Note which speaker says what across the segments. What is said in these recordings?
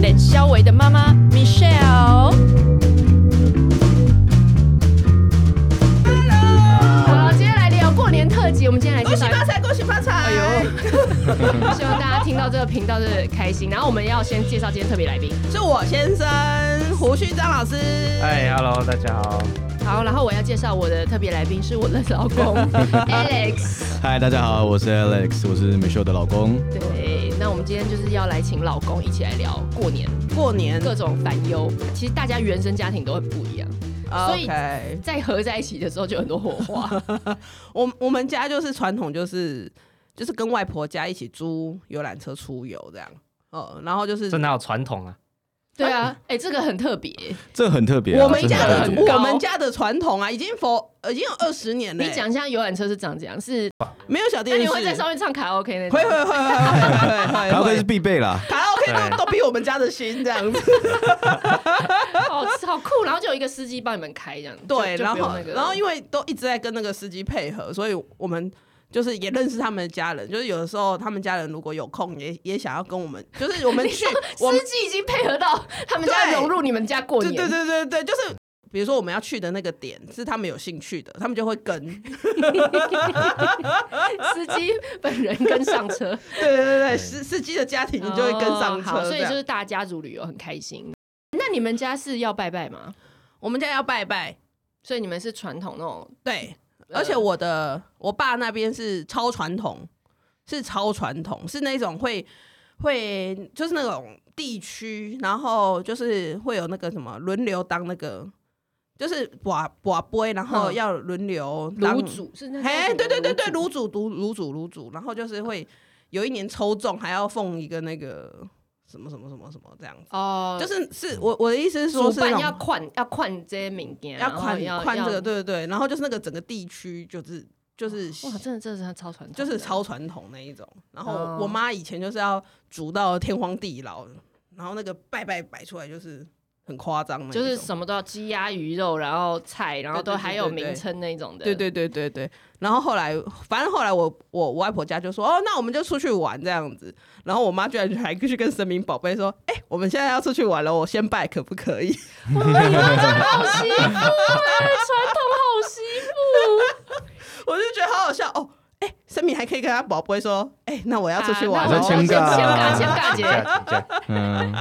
Speaker 1: Village 肖维的妈妈 Michelle。好，今天来聊过年特辑，我们今天来
Speaker 2: 恭
Speaker 1: 介
Speaker 2: 喜
Speaker 1: 绍一个
Speaker 2: 发财，恭喜发财！哎
Speaker 1: 哎呦
Speaker 2: 呦，
Speaker 1: 希望大家听到这个频道就是开心。然后我们要先介绍今天特别来宾，
Speaker 2: 是我先生胡须张老师。
Speaker 3: 嗨，Hello，大哎家好。
Speaker 1: 好，然后我要介绍我的特别来宾是我的老公 Alex。
Speaker 4: 嗨，大家好，我是 Alex，我是美秀的老公。
Speaker 1: 对，那我们今天就是要来请老公一起来聊过年
Speaker 2: 过年，
Speaker 1: 各种烦忧。其实大家原生家庭都很不一样，所以
Speaker 2: 啊 OK，
Speaker 1: 在合在一起的时候就很多火花。
Speaker 2: 我我们家就是传统，就是就是跟外婆家一起租游览车出游这样。哦，然后就是
Speaker 3: 这哪有传统啊？
Speaker 1: 对啊，哎、这个很特别。
Speaker 4: 这很特别、啊，
Speaker 2: 我们家
Speaker 4: 这
Speaker 2: 的
Speaker 4: 很特
Speaker 1: 很
Speaker 4: 别。
Speaker 1: 高
Speaker 2: 我们家的传统啊，已经佛已经有二十年了。欸
Speaker 1: 你讲一下游览车是长怎样？是
Speaker 2: 没有小
Speaker 1: 那
Speaker 2: 电
Speaker 1: 你
Speaker 2: 视？
Speaker 1: 会在上
Speaker 2: 会
Speaker 1: 面唱卡拉 OK 那种？
Speaker 2: 会会会会
Speaker 4: 然后
Speaker 2: 会
Speaker 4: 这是
Speaker 2: 会。
Speaker 4: 必备啦。
Speaker 2: 卡拉 OK 都
Speaker 3: 对
Speaker 2: 都比我们家的新这 样子，
Speaker 1: 好好酷。然后就有一个司机帮你们开这样。
Speaker 2: 对，
Speaker 1: 就
Speaker 2: 然
Speaker 1: 就不用
Speaker 2: 后
Speaker 1: 那个
Speaker 2: 然后因为都一直在跟那个司机配合，所以我们就是也认识他们的家人，就是有的时候他们家人如果有空也也想要跟我们，就是我 们去我们
Speaker 1: 司机已经配合到他们家
Speaker 2: 对
Speaker 1: 融入你们家过
Speaker 2: 对
Speaker 1: 年。
Speaker 2: 对对对对，就是比如说我们要去的那个点是他们有兴趣的，他们就会跟，对
Speaker 1: 司机本人跟上 车，
Speaker 2: 对对对，司司机的家庭就会跟上车
Speaker 1: 哦好
Speaker 2: 这
Speaker 1: 所以
Speaker 2: 样，
Speaker 1: 就是大家族旅游很开心。那你们家是要拜拜吗？
Speaker 2: 我们家要拜拜，
Speaker 1: 所以你们是传统那种，
Speaker 2: 对，而且我的我爸那边是超传统，是超传统，是那种会会就是那种地区，然后就是会有那个什么轮流当那个，就是寡寡杯，然后
Speaker 1: 嗯
Speaker 2: 要轮流当
Speaker 1: 炉。主是那种
Speaker 2: 哎，对对对对，卤
Speaker 1: 炉
Speaker 2: 煮卤卤煮卤煮，然后就是会有一年抽中，还要奉一个那个什么什么什么什么这样子，
Speaker 1: 哦，
Speaker 2: 就是是是我我的意思是说
Speaker 1: 主
Speaker 2: 是那
Speaker 1: 办
Speaker 2: 种
Speaker 1: 要款要款这些民间，
Speaker 2: 要
Speaker 1: 然后
Speaker 2: 宽
Speaker 1: 要
Speaker 2: 宽这个，
Speaker 1: 要
Speaker 2: 对对对，然后就是那个整个地区就是就是
Speaker 1: 哇，真的真的是超传统的，
Speaker 2: 就是超传统那一种。然后
Speaker 1: 哦
Speaker 2: 我妈以前就是要煮到天荒地老，然后那个拜拜摆出来就是很夸张那一种，
Speaker 1: 就是什么都要鸡鸭鱼肉，然后菜，然后
Speaker 2: 对对
Speaker 1: 都
Speaker 2: 对
Speaker 1: 还有
Speaker 2: 对对
Speaker 1: 名称那种的，
Speaker 2: 对对对对对。然后后来，反正后来我我我外婆家就说，哦，那我们就出去玩这样子。然后我妈居然还去跟神明宝贝说，哎、我们现在要出去玩了，我先拜可不可以？
Speaker 1: 哇，你们真的好媳妇哎，传统好媳妇，
Speaker 2: 我就觉得好好笑哦。哎、神明还可以跟他宝贝说，哎、那我要出去玩
Speaker 1: 啊
Speaker 2: 了
Speaker 1: 那
Speaker 4: 我
Speaker 1: 我
Speaker 4: 在签
Speaker 1: 签
Speaker 4: 个啊
Speaker 1: 尬签尬
Speaker 3: 请
Speaker 1: 姐。
Speaker 3: 假，请假。
Speaker 4: 嗯，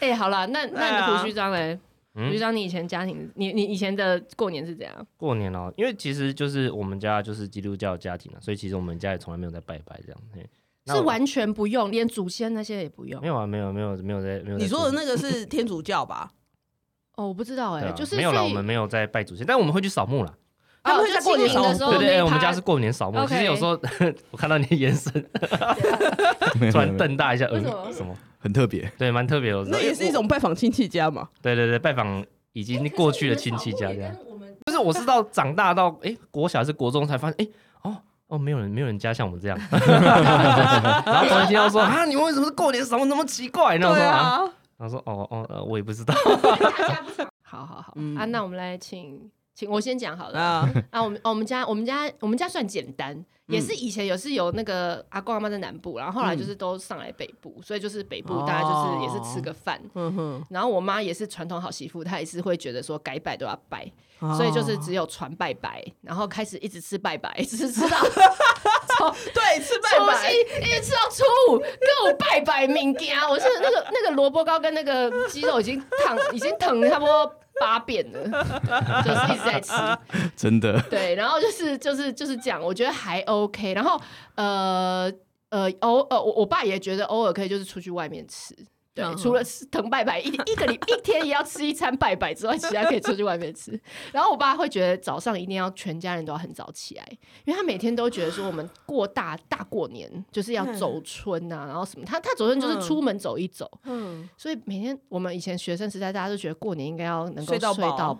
Speaker 1: 哎、好了，那
Speaker 2: 对
Speaker 1: 那
Speaker 2: 啊
Speaker 1: 你胡须章嘞？胡
Speaker 3: 嗯
Speaker 1: 须章，你以前家庭，你你以前的过年是怎样？
Speaker 3: 过年哦、因为其实就是我们家就是基督教家庭啊，所以其实我们家也从来没有在拜拜这样。嘿那
Speaker 1: 是
Speaker 3: 我
Speaker 1: 完全不用，连祖先那些也不用
Speaker 3: 没。有啊，没有没有没有在没有在。
Speaker 2: 你说的那个是天主教吧？
Speaker 1: 哦，我不知道哎、
Speaker 3: 对啊
Speaker 1: 就是
Speaker 3: 没有啦，
Speaker 1: 所
Speaker 3: 我
Speaker 1: 以
Speaker 3: 们没有在拜祖先，但我们会去扫墓啦。
Speaker 2: 他们
Speaker 1: 哦
Speaker 2: 会
Speaker 1: 就
Speaker 2: 在过年
Speaker 1: 清明的时候
Speaker 2: 扫
Speaker 3: 对
Speaker 2: 墓
Speaker 3: 对，
Speaker 1: 那
Speaker 3: 哎
Speaker 1: 一
Speaker 3: 我们
Speaker 1: 趴
Speaker 3: 家是过年扫墓。
Speaker 1: OK
Speaker 3: 其实有时候 我看到你的眼神，
Speaker 4: 没有没有
Speaker 3: 突然
Speaker 4: 没有
Speaker 3: 瞪大一下，
Speaker 1: 为什么
Speaker 3: 嗯，什么？
Speaker 4: 很特别。
Speaker 3: 对，蛮特别的。 我知道
Speaker 2: 那也是一种拜访亲戚家嘛。
Speaker 3: 对对对，拜访已经过去的亲戚家这样。就是我是到长大到哎、国小还是国中才发现，哎、哦哦，没有人没有人家像我们这样。 然后突然听到说啊，你们为什么是过年扫墓那么奇怪？然后我说啊，，然后说哦哦、呃，我也不知道。
Speaker 1: 好好好、
Speaker 2: 嗯
Speaker 1: 啊，那我们来请请我先讲好了啊
Speaker 2: 啊，
Speaker 1: 我们我们家我们家我们家算简单，也
Speaker 3: 嗯
Speaker 1: 是以前也是有那个阿公阿妈在南部，然后后来就是都上来北部，所以就是北部大家
Speaker 3: 哦
Speaker 1: 就是也是吃个饭。
Speaker 2: 嗯哼，
Speaker 1: 然后我妈也是传统好媳妇，她也是会觉得说该拜都要拜，
Speaker 2: 哦
Speaker 1: 所以就是只有传拜拜，然后开始一直吃拜拜，一直吃到 从
Speaker 2: 对吃拜
Speaker 1: 除
Speaker 2: 拜
Speaker 1: 夕，一直吃到初五，跟我拜拜命件啊！我是那个那个萝卜糕跟那个鸡肉已经烫，已经疼差不多八遍了，就是一直在吃。
Speaker 4: 真 的，
Speaker 1: 对，然后就是就是就是这样，我觉得还 OK。然后呃呃，偶呃我我爸也觉得偶尔可以就是出去外面吃。对，
Speaker 2: 嗯
Speaker 1: 除了吃藤拜拜一一个礼一天也要吃一餐拜拜之外，其他可以出去外面吃。然后我爸会觉得早上一定要全家人都要很早起来，因为他每天都觉得说我们过大大过年就是要走春啊，然后什么，他他走春就是
Speaker 2: 嗯
Speaker 1: 出门走一走，
Speaker 2: 嗯，
Speaker 1: 所以每天我们以前学生时代，大家都觉得过年应该要能够
Speaker 2: 睡到饱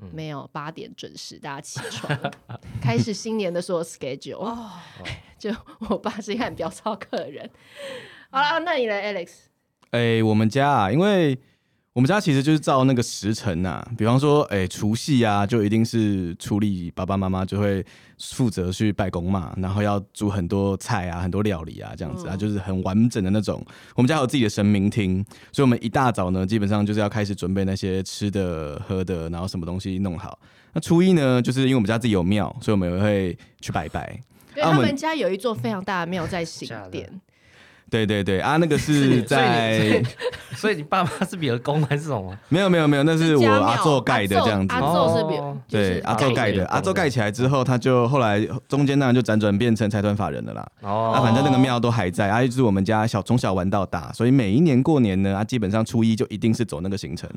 Speaker 2: 嗯
Speaker 1: 饱没有八点准时大 家起床，开始新年的所有 schedule。
Speaker 2: 哦
Speaker 1: 就我爸是一个很表超客人。好了，那你来 Alex，
Speaker 4: 哎、我们家啊，因为我们家其实就是照那个时辰呐、比方说，哎、除夕啊，就一定是初里爸爸妈妈就会负责去拜公嘛，然后要煮很多菜啊，很多料理啊，这样子
Speaker 3: 嗯
Speaker 4: 啊，就是很完整的那种。我们家有自己的神明厅，所以我们一大早呢，基本上就是要开始准备那些吃的、喝的，然后什么东西弄好。那初一呢，就是因为我们家自己有庙，所以我们也会去拜拜。
Speaker 1: 因为
Speaker 4: 啊
Speaker 1: 他
Speaker 4: 我们
Speaker 1: 们家有一座非常大的庙在新
Speaker 3: 假的
Speaker 1: 店，
Speaker 4: 对对对啊，那个
Speaker 3: 所以
Speaker 4: 是
Speaker 3: 你所以
Speaker 4: 在
Speaker 3: 你所以你爸妈是比尔公还是什么？
Speaker 4: 没有没有没有，那是
Speaker 2: 是
Speaker 4: 我
Speaker 2: 家
Speaker 4: 阿
Speaker 2: 庙
Speaker 4: 宙盖的
Speaker 1: 阿宙
Speaker 4: 这样子
Speaker 1: 阿。宙是比
Speaker 3: 哦
Speaker 1: 就是
Speaker 4: 对，阿宙盖
Speaker 3: 盖
Speaker 4: 的，
Speaker 3: 的
Speaker 4: 阿宙盖起来之后，他就后来中间当然就辗转变成财团法人了啦。
Speaker 3: 哦，
Speaker 4: 啊，反正那个庙都还在，啊，就是我们家小从小玩到大，所以每一年过年呢，啊，基本上初一就一定是走那个行程，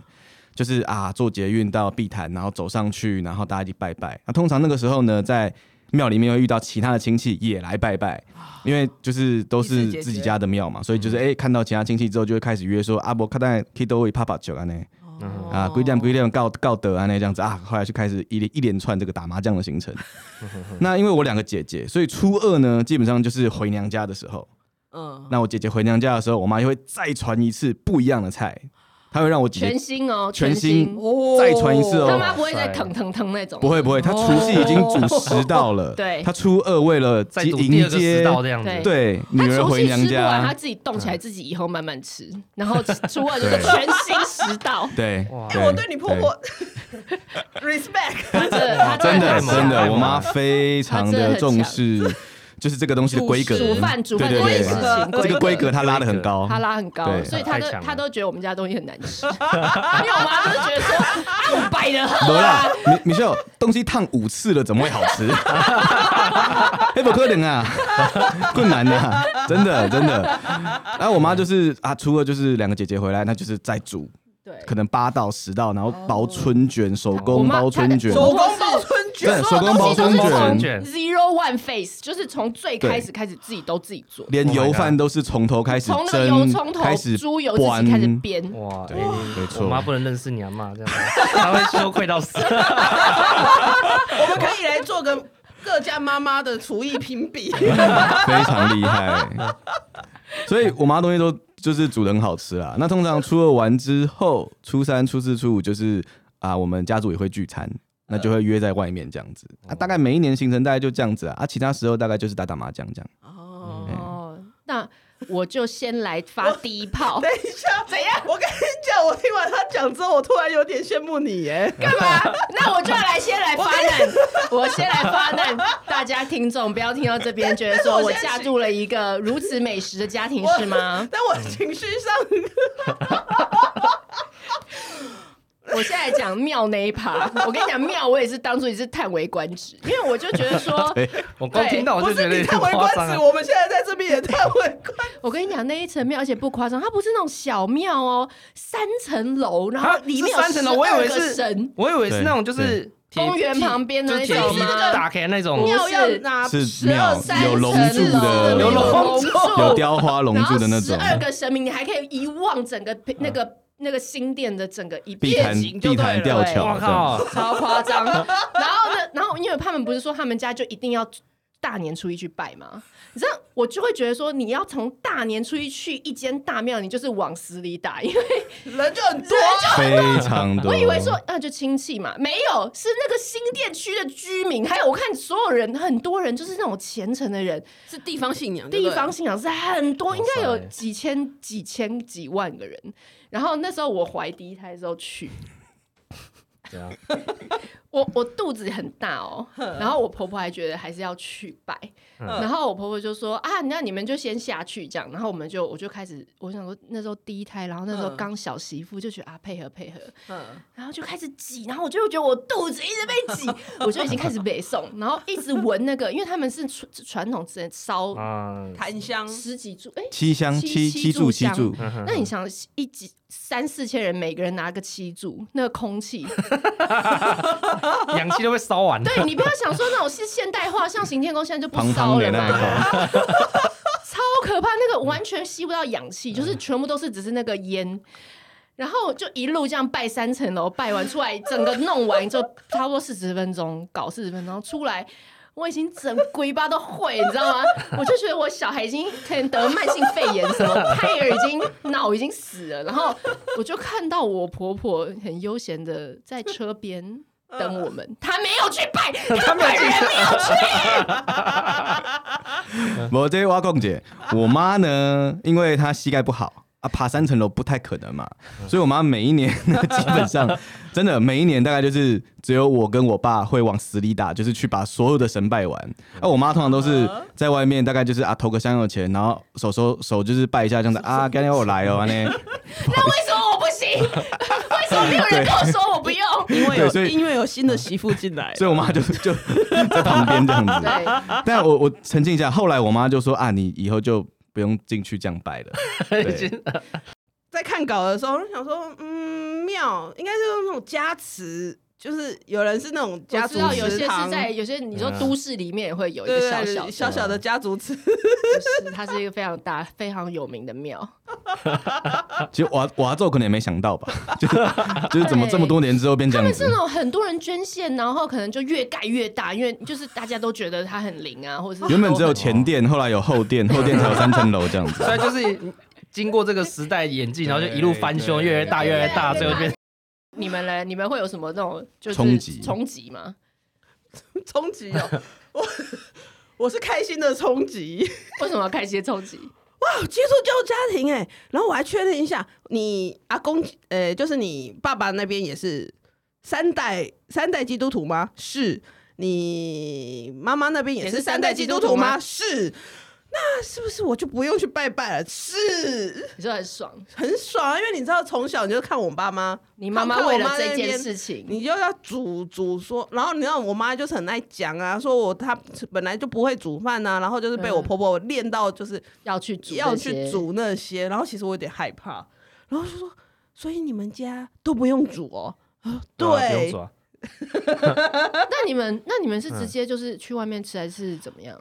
Speaker 4: 就是啊，坐捷运到碧潭，然后走上去，然后大家一起拜拜。那、通常那个时候呢，在庙里面会遇到其他的亲戚也来拜拜，因为就是都是自己家的庙嘛，所以就是哎、看到其他亲戚之后，就会开始约说啊，我看到 k i d o 拍拍球啊呢，
Speaker 2: 哦
Speaker 3: 嗯
Speaker 1: 哦
Speaker 4: 啊，几点几点告告德啊那这样子啊，后来就开始一连一连串这个打麻将的行程。 那因为我两个姐姐，所以初二呢，基本上就是回娘家的时候。
Speaker 2: 嗯，
Speaker 4: 那我姐姐回娘家的时候，我妈又会再传一次不一样的菜，她会让我姐姐
Speaker 1: 全新哦，
Speaker 4: 全
Speaker 1: 新，
Speaker 4: 新
Speaker 2: 哦
Speaker 4: 再传一次哦
Speaker 1: 他妈不会再腾腾腾那种，
Speaker 4: 不会不会，她除夕已经煮十道了，
Speaker 1: 哦对
Speaker 4: 她初二为了
Speaker 3: 再
Speaker 4: 接
Speaker 3: 赌第
Speaker 4: 迎
Speaker 3: 二个食
Speaker 4: 接
Speaker 3: 道这样子，
Speaker 1: 对
Speaker 4: 对女
Speaker 1: 他
Speaker 4: 儿
Speaker 1: 除
Speaker 4: 回
Speaker 1: 夕
Speaker 4: 娘
Speaker 1: 吃不完，他
Speaker 4: 家，。
Speaker 1: 自己动起来，自己以后慢慢吃，然后初二就是全新食道
Speaker 4: 对，
Speaker 3: 哇
Speaker 2: 哎、我对你婆 婆 respect，
Speaker 1: 他真的，他
Speaker 4: 真的
Speaker 1: 太猛了
Speaker 4: 真的，
Speaker 3: 太猛
Speaker 4: 我妈非常的重视，就是这个东西的规格，
Speaker 1: 煮饭煮饭
Speaker 4: 对对
Speaker 1: 这件
Speaker 4: 对
Speaker 1: 事情，
Speaker 4: 这个规格她拉的很 高，
Speaker 1: 他拉很高，
Speaker 4: 对
Speaker 1: 所以他都
Speaker 3: 太强了
Speaker 1: 他都觉得我们家的东西很难吃，因为我妈就是觉得说啊，我摆的很
Speaker 4: 没啦，米米秀东西烫五次了，怎么会好吃？ 黑不可能啊，困难的、啊，真的真的。然后我妈就是啊，除了就是两个姐姐回来，那就是再煮，
Speaker 1: 对，
Speaker 4: 可能八到十道，然后包春卷，手工包春卷，
Speaker 1: 我
Speaker 2: 手
Speaker 1: 妈哎
Speaker 2: 工包春卷
Speaker 4: 对，手工包
Speaker 1: 所有
Speaker 4: 春
Speaker 1: 东西都是从
Speaker 4: 卷，
Speaker 3: 卷
Speaker 1: zero one face，就是从最开始开始自己都自己做，
Speaker 4: 连
Speaker 3: Oh my
Speaker 4: 油
Speaker 3: God
Speaker 4: 饭都是从头开始
Speaker 1: 从那个油
Speaker 4: 蒸
Speaker 1: 葱，头
Speaker 4: 开始、
Speaker 1: 猪油自己开始
Speaker 4: 端
Speaker 1: 煸，
Speaker 3: 哇，
Speaker 4: 对
Speaker 3: 哎
Speaker 4: 没错
Speaker 3: 我妈不能认识你阿妈这样子，她会羞愧到死。
Speaker 2: 我们可以来做个各家妈妈的厨艺评 比。
Speaker 3: 哎
Speaker 4: 非常厉害。所以我妈东西都就是煮的很好吃啦。那通常初二完之后，初三、初四、初五就是啊，我们家族也会聚餐，那就会约在外面这样子。啊，大概每一年行程大概就这样子啊，啊，其他时候大概就是打打麻将这样。嗯
Speaker 2: 哦，
Speaker 1: 哦，那我就先来发第一炮
Speaker 2: 等，一下，怎样？我跟你讲，我听完他讲之后，我突然有点羡慕你耶。
Speaker 1: 干嘛？那我就来先来发难，我先来发难。大家听众不要听到这边觉得 说我嫁入了一个如此美食的家庭
Speaker 2: 我
Speaker 1: 是吗？
Speaker 2: 但我情绪上，
Speaker 1: 我现在讲庙那一趴，我跟你讲庙，我也是当初也是叹为观止，因为我就觉 得说，
Speaker 3: 我光听到我
Speaker 2: 不
Speaker 3: 就觉
Speaker 2: 是
Speaker 3: 得有
Speaker 2: 你
Speaker 3: 点
Speaker 2: 叹为
Speaker 3: 夸
Speaker 2: 观
Speaker 3: 张
Speaker 2: 止，
Speaker 3: 啊。
Speaker 2: 我们现在在这边也叹为观止。
Speaker 1: 我跟你讲那一层庙，而且不夸张，它不是那种小庙哦，三层楼，然后
Speaker 3: 啊
Speaker 1: 里面有
Speaker 3: 是三层楼，我以为
Speaker 1: 12个
Speaker 3: 是
Speaker 1: 神，。
Speaker 3: 我以为是那种就是铁
Speaker 1: 公园
Speaker 3: 梯
Speaker 1: 旁边的
Speaker 3: 就是铁
Speaker 1: 那种
Speaker 3: 梯
Speaker 1: 吗
Speaker 3: 打开那种
Speaker 1: 不是
Speaker 2: 庙要
Speaker 1: 啊
Speaker 2: 拿
Speaker 4: 是
Speaker 2: 十二
Speaker 4: 庙
Speaker 2: 三
Speaker 4: 有龙
Speaker 1: 层
Speaker 4: 柱的
Speaker 1: 楼
Speaker 3: 有
Speaker 1: 龙
Speaker 3: 龙
Speaker 1: 柱
Speaker 3: 柱，
Speaker 4: 有雕花龙柱的那种嗯
Speaker 1: 然后十二个神明，你还可以一望整个那个那个新店的整个一
Speaker 4: 碧
Speaker 1: 片
Speaker 4: 潭
Speaker 1: 景，
Speaker 4: 碧潭吊桥
Speaker 1: 欸
Speaker 3: 我
Speaker 4: 这样。
Speaker 3: 靠，
Speaker 1: 超夸 张。然后呢，然后因为他们不是说他们家就一定要大年初一去拜吗？你知道，我就会觉得说，你要从大年初一去一间大庙，你就是往死里打，因为
Speaker 2: 人就很多，
Speaker 3: 啊
Speaker 4: 非常多，
Speaker 1: 我以为说，那、就亲戚嘛，没有，是那个新店区的居民，还有我看所有人，很多人就是那种虔诚的人，
Speaker 2: 是地方信仰
Speaker 1: 地方信仰是很多，
Speaker 3: 哇
Speaker 1: 应该有
Speaker 3: 塞
Speaker 1: 几千、几千、几万个人。然后那时候我怀第一胎的时候去，
Speaker 3: 怎样
Speaker 1: 我我肚子很大哦，然后我婆婆还觉得还是要去拜，
Speaker 3: 嗯
Speaker 1: 然后我婆婆就说啊，那你们就先下去这样，然后我们就我就开始，我想说那时候第一胎，然后那时候
Speaker 2: 嗯
Speaker 1: 刚小媳妇就觉得啊配合配合，
Speaker 2: 嗯，
Speaker 1: 然后就开始挤，然后我就觉得我肚子一直被挤，我就已经开始北送，然后一直闻那个，因为他们是传传统之前烧
Speaker 3: 啊？
Speaker 2: 檀香
Speaker 1: 十几柱，哎、
Speaker 4: 七香七
Speaker 1: 七
Speaker 4: 七柱
Speaker 1: 七
Speaker 4: 七
Speaker 1: 柱
Speaker 4: 柱，
Speaker 3: 嗯
Speaker 1: 那你想一集三四千人，每个人拿个七柱，那个空气，
Speaker 3: 氧气都被烧完了。
Speaker 1: 对你不要想说那种是现代化，像行天宫现在 就不
Speaker 4: 胖
Speaker 1: 烧
Speaker 4: 胖的
Speaker 1: 了
Speaker 4: 那一
Speaker 1: 嘛，
Speaker 4: 口，
Speaker 1: 超可怕，那个完全吸不到氧气，就是全部都是只是那个烟。然后就一路这样拜三层楼，拜完出来，整个弄完就差不多四十分钟，搞四十分钟出来，我已经整鬼巴都会，你知道吗？我就觉得我小孩已经可能得慢性肺炎什么，胎儿已经脑已经死了，然后我就看到我婆婆很悠闲的在车边。等我们，她没有去拜， 她本人没有去。
Speaker 4: 我这挖空姐，我妈呢，因为她膝盖不好啊，爬三层楼不太可能嘛，所以我妈每一年基本上真的每一年大概就是只有我跟我爸会往死里打，就是去把所有的神拜完。啊，我妈通常都是在外面，大概就是啊投个香油钱，然后手手手就是拜一下这样子啊，刚才我来哦，呢，
Speaker 1: 那为什么我不行？ 为什么没有人跟我说我不用？
Speaker 2: 因为
Speaker 4: 对所
Speaker 2: 有
Speaker 4: 以
Speaker 2: 因为有新的媳妇进来，
Speaker 4: 所以我妈就就在旁边这样 子。
Speaker 1: 对，
Speaker 4: 但我我澄清一下，后来我妈就说啊，你以后就不用进去这样拜了。对，
Speaker 2: 在看稿的时候，我就想说，嗯，庙应该是用那种加持，就是有人是那种家
Speaker 1: 我
Speaker 2: 族
Speaker 1: 知道有些
Speaker 2: 祠堂
Speaker 1: 是在有些你说
Speaker 3: 嗯
Speaker 1: 都市里面也会有一
Speaker 2: 对对
Speaker 1: 个小
Speaker 2: 对
Speaker 1: 小的
Speaker 2: 小小的家族祠，
Speaker 1: 就是它是一个非常大、非常有名的庙。
Speaker 4: 其实我我阿宙可能也没想到吧， 就是就是怎么这么多年之后变这样
Speaker 1: 他们是
Speaker 4: 子
Speaker 1: 那。种很多人捐献，然后可能就越盖越大，因为就是大家都觉得它很灵啊，或者是
Speaker 4: 原本只有前店，后来有后店，后店才有三层楼这样子。
Speaker 3: 所以就是经过这个时代演进，然后就一路翻修，
Speaker 5: 对
Speaker 3: 越来越大，越来越大，最后变
Speaker 1: 你们嘞，你们会有什么那种就是
Speaker 4: 冲击
Speaker 1: 冲击吗？
Speaker 2: 冲击哦，我 我是开心的冲击。
Speaker 1: 为什么要开一些冲击？
Speaker 2: 我接触教育家庭哎、然后我还确认一下，你阿公呃、就是你爸爸那边也是三代三代基督徒吗？是。你妈妈那边也
Speaker 1: 也是
Speaker 2: 是三代基督徒吗？是。那是不是我就不用去拜拜了？是，
Speaker 1: 你说很爽，
Speaker 2: 很爽啊！因为你知道，从小你就看我爸妈，
Speaker 1: 你妈妈
Speaker 2: 看
Speaker 1: 为
Speaker 2: 我
Speaker 1: 了
Speaker 2: 妈在
Speaker 1: 这
Speaker 2: 那
Speaker 1: 件
Speaker 2: 边
Speaker 1: 事情，
Speaker 2: 你就要煮煮说，然后你知道我妈就是很爱讲啊，说我她本来就不会煮饭呐、然后就是被我
Speaker 1: 嗯
Speaker 2: 婆婆练到就是
Speaker 1: 要去煮，
Speaker 2: 要去， 煮那些，然后其实我有点害怕，然后就说，所以你们家都不用煮哦。啊
Speaker 3: 啊不用
Speaker 2: 对，
Speaker 3: 做啊
Speaker 1: 那你们那你们
Speaker 4: 嗯
Speaker 1: 是直接就是去外面吃还是怎么样？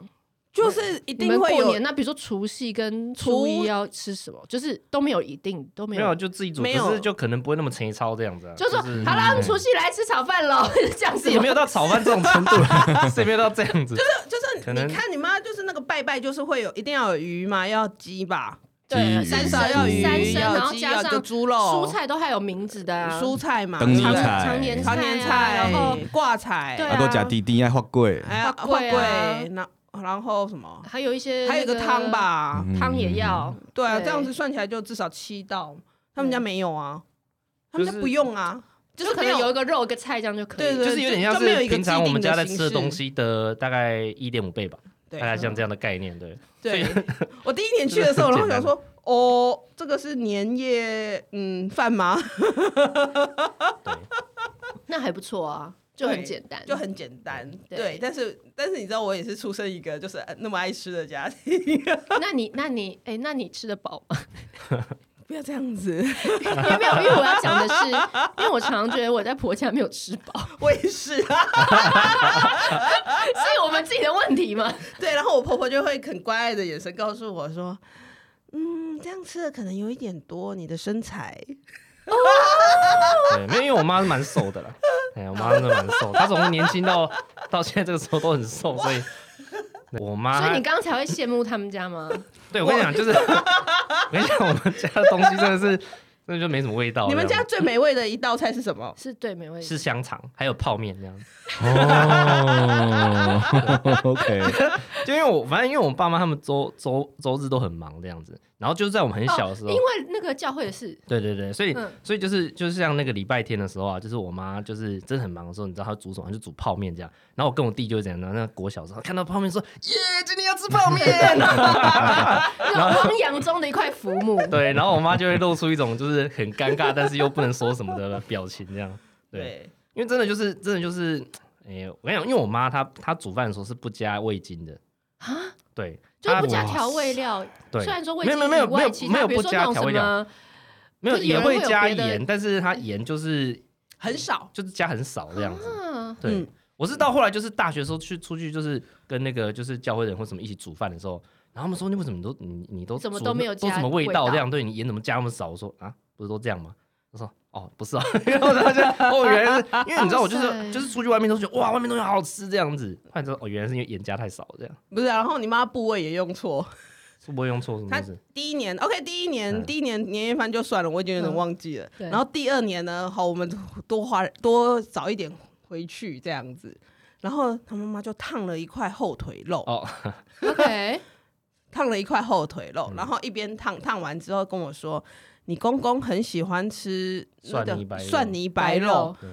Speaker 2: 就是一
Speaker 1: 你
Speaker 2: 定
Speaker 1: 们
Speaker 2: 会
Speaker 1: 过
Speaker 2: 有
Speaker 1: 年那比如说除夕跟初
Speaker 2: 初
Speaker 1: 一要吃什么，就是都没有一定都没
Speaker 3: 没
Speaker 1: 有
Speaker 3: 有就自己煮，
Speaker 2: 没有
Speaker 3: 可是就可能不会那么陈操这样子啊，
Speaker 1: 就说
Speaker 3: 是
Speaker 1: 好了，我们除夕来吃炒饭喽， 这样子
Speaker 3: 也没有到炒饭这种程度啦，是也没有到这样子，
Speaker 2: 就是
Speaker 3: 可
Speaker 2: 你
Speaker 3: 能
Speaker 2: 看你妈就是那个拜拜，就是会有一定要有鱼嘛，要鸡吧，
Speaker 4: 鸡鱼
Speaker 1: 对三
Speaker 2: 至
Speaker 1: 生
Speaker 2: 少要
Speaker 4: 猪
Speaker 2: 鱼，
Speaker 1: 三生，然
Speaker 2: 要
Speaker 1: 后
Speaker 2: 鸡，
Speaker 1: 加
Speaker 2: 要
Speaker 1: 上
Speaker 2: 就猪肉、
Speaker 1: 蔬、菜都还有名字的啊，
Speaker 2: 蔬菜嘛，
Speaker 4: 灯谜
Speaker 1: 常
Speaker 4: 菜
Speaker 1: 常年
Speaker 2: 常年
Speaker 1: 菜啊，
Speaker 2: 菜嗯
Speaker 1: 然后、
Speaker 2: 挂菜，
Speaker 1: 对啊
Speaker 4: 阿公假弟弟爱画柜，
Speaker 2: 哎呀，
Speaker 1: 花
Speaker 2: 花
Speaker 1: 桂
Speaker 2: 桂
Speaker 1: 啊，
Speaker 2: 然然后什么，
Speaker 1: 还有一些
Speaker 2: 还有一个汤，吧，
Speaker 4: 嗯
Speaker 3: 嗯
Speaker 1: 汤也要，
Speaker 2: 对啊，
Speaker 1: 对
Speaker 2: 这样子算起来就至少七道，他们家
Speaker 1: 嗯
Speaker 2: 没有啊，他们
Speaker 3: 就
Speaker 2: 家
Speaker 3: 是
Speaker 2: 不用啊，
Speaker 1: 就是可
Speaker 2: 没
Speaker 1: 能有一个肉一个菜这样就可以
Speaker 2: 对
Speaker 1: 了。
Speaker 3: 就是有点像
Speaker 2: 就没有
Speaker 3: 是
Speaker 2: 一个
Speaker 3: 平常我们家在吃
Speaker 2: 既定
Speaker 3: 的
Speaker 2: 的
Speaker 3: 东西的大概一点五倍吧，大
Speaker 2: 对嗯
Speaker 3: 概像这样的概念，对，
Speaker 2: 对， 我第一年去的 时候，然
Speaker 3: 这
Speaker 2: 后
Speaker 3: 个
Speaker 2: 想
Speaker 3: 很
Speaker 2: 说，哦，这个是年夜嗯饭吗？
Speaker 1: 那还不错啊，就很简单，
Speaker 2: 就很简单，
Speaker 3: 嗯
Speaker 1: 对
Speaker 2: 对。但是但是你知道，我也是出生一个就是呃那么爱吃的家庭，
Speaker 1: 那你那你哎，那你吃得饱吗？
Speaker 2: 不要这样子，
Speaker 1: 因为没有，因为我要讲的是，因为我常常觉得我在婆家没有吃饱，
Speaker 2: 我也是啊。
Speaker 1: 是我们自己的问题吗？
Speaker 2: 对，然后我婆婆就会很关爱的眼神告诉我说。嗯，这样吃的可能有一点多，你的身材
Speaker 3: 对，没有，因为我妈是蛮瘦的啦，哎，我妈真的蛮瘦，她从年轻到到现在这个时候都很瘦，所以我妈
Speaker 1: 所以你刚才会羡慕他们家吗？
Speaker 3: 对我跟你讲，就是我跟你讲，我们家的东西真的是真的就没什么味道。
Speaker 2: 你们
Speaker 3: 这
Speaker 2: 家
Speaker 3: 样
Speaker 2: 最美味的一道菜是什么？
Speaker 1: 是对，没问题。
Speaker 3: 是香肠，还有泡面这样子。
Speaker 4: 哦 ，OK，
Speaker 3: 就因为我反正因为我爸妈他们周周周日都很忙这样子，然后就是在我们很小的时候，
Speaker 1: 哦因为那个教会的 事，
Speaker 3: 对对对，所以、
Speaker 1: 嗯
Speaker 3: 所以就是就是像那个礼拜天的时候啊，就是我妈就是真的很忙的时候，你知道她煮什么？她就煮泡面这样。然后我跟我弟就这样，然后那国小的时候看到泡面说耶，今天要吃 泡面。
Speaker 1: 那种汪洋中的一块浮 木。
Speaker 3: 对，然后我妈就会露出一种就是很尴尬，但是又不能说什么的表情这样。对。
Speaker 2: 对，
Speaker 3: 因为真的就是真的就是，哎、我跟你讲，因为我妈她她煮饭的时候是不加味精的
Speaker 1: 啊，
Speaker 3: 对，
Speaker 1: 就是
Speaker 3: 她
Speaker 1: 不加调味料，
Speaker 3: 啊对，
Speaker 1: 虽然说味
Speaker 3: 没有
Speaker 1: 精
Speaker 3: 没有
Speaker 1: 以
Speaker 3: 没有没
Speaker 1: 外
Speaker 3: 有
Speaker 1: 其
Speaker 3: 没
Speaker 1: 他
Speaker 3: 有
Speaker 1: 比如
Speaker 3: 不
Speaker 1: 说那
Speaker 3: 加
Speaker 1: 种
Speaker 3: 调
Speaker 1: 什
Speaker 3: 味料，
Speaker 1: 么，
Speaker 3: 没有
Speaker 1: 就是有
Speaker 3: 也
Speaker 1: 人会
Speaker 3: 会
Speaker 1: 有
Speaker 3: 加
Speaker 1: 别的
Speaker 3: 盐，但是她盐就是
Speaker 2: 很少。
Speaker 3: 就是加很少这样子，
Speaker 1: 嗯，
Speaker 3: 对。
Speaker 2: 嗯
Speaker 3: 我是到后来就是大学的时候去出去就是跟那个就是教会人或什么一起煮饭的时候，然后他们说你为什么都你你都
Speaker 1: 怎么
Speaker 3: 煮
Speaker 1: 都
Speaker 3: 那
Speaker 1: 没有
Speaker 3: 都
Speaker 1: 加
Speaker 3: 什么味
Speaker 1: 味
Speaker 3: 道
Speaker 1: 道
Speaker 3: 这样，对你盐怎么加那么少？我说啊，不是都这样吗？他说哦，不是啊， 因为我当时哦，原来是因为你知道我就
Speaker 1: 哇塞
Speaker 3: 是就是出去外面都觉得哇，外面东西好好吃这样子，后来知道哦，原来是因为盐加太少这样，
Speaker 2: 不是、啊，然后你妈部位也用错。
Speaker 3: 是不会用错什么
Speaker 2: 她
Speaker 3: 意思？
Speaker 2: 第一年 OK，第一年、
Speaker 3: 嗯
Speaker 2: 第一年年夜饭就算了，我已经有点忘记了。
Speaker 1: 嗯对
Speaker 2: 然后第二年呢，好，我们多花多早一点回去这样子。然后他妈妈就烫了一块后腿肉，
Speaker 3: 哦，
Speaker 1: OK，
Speaker 2: 烫了一块后腿肉，
Speaker 3: 嗯
Speaker 2: 然后一边烫，烫完之后跟我说：“你公公很喜欢吃那
Speaker 3: 蒜
Speaker 2: 个
Speaker 3: 泥白肉
Speaker 2: 蒜泥 白肉。
Speaker 3: 对”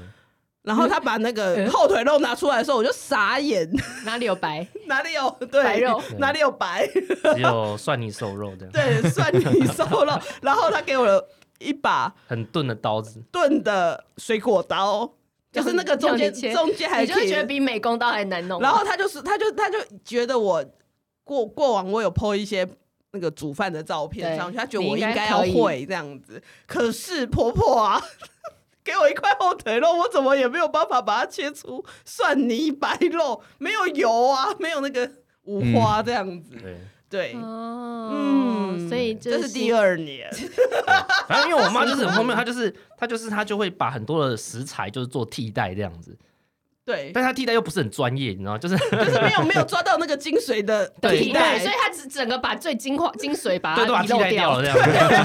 Speaker 2: 然后他把那 个后腿肉拿出来的时候，我就傻眼，
Speaker 1: 哪里有白？
Speaker 2: 哪里有对
Speaker 1: 白肉
Speaker 3: 嗯
Speaker 2: 哪里有白？
Speaker 3: 只有蒜泥瘦肉这样，
Speaker 2: 对，蒜泥瘦 肉。然后他给我了一把
Speaker 3: 很钝的刀子，
Speaker 2: 钝的水果刀，就是那个中
Speaker 1: 要
Speaker 2: 间
Speaker 1: 你切
Speaker 2: 中间还
Speaker 1: 你就会
Speaker 2: 可以
Speaker 1: 觉得比美工刀还难弄。
Speaker 2: 然后他就是，他就他就觉得我过过往我有 po 一些那个煮饭的照片
Speaker 1: 对
Speaker 2: 上去，他觉得
Speaker 1: 你
Speaker 2: 我
Speaker 1: 应该
Speaker 2: 该要
Speaker 1: 可以
Speaker 2: 会这样子。可是婆婆啊， 给我一块后腿肉，我怎么也没有办法把它切出蒜泥白肉，没有油啊，没有那个五花这样子。
Speaker 3: 对，
Speaker 2: 对，
Speaker 1: 哦，
Speaker 2: 嗯
Speaker 1: 嗯，所以
Speaker 2: 这
Speaker 1: 这
Speaker 2: 是第二年，
Speaker 3: 反正因为我妈就是很荒谬，她就是她就是她就会把很多的食材就是做替代这样子，
Speaker 1: 欸
Speaker 2: 对，
Speaker 3: 但她替代又不是很专业，你知道吗，就是
Speaker 2: 就是没有没有抓到那个精髓的
Speaker 1: 对
Speaker 2: 替代，
Speaker 1: 所以他只整个把最精华精髓把
Speaker 3: 对，都把
Speaker 1: 它
Speaker 3: 它
Speaker 1: 遗
Speaker 3: 替代
Speaker 1: 漏
Speaker 3: 掉
Speaker 1: 掉
Speaker 3: 了这。样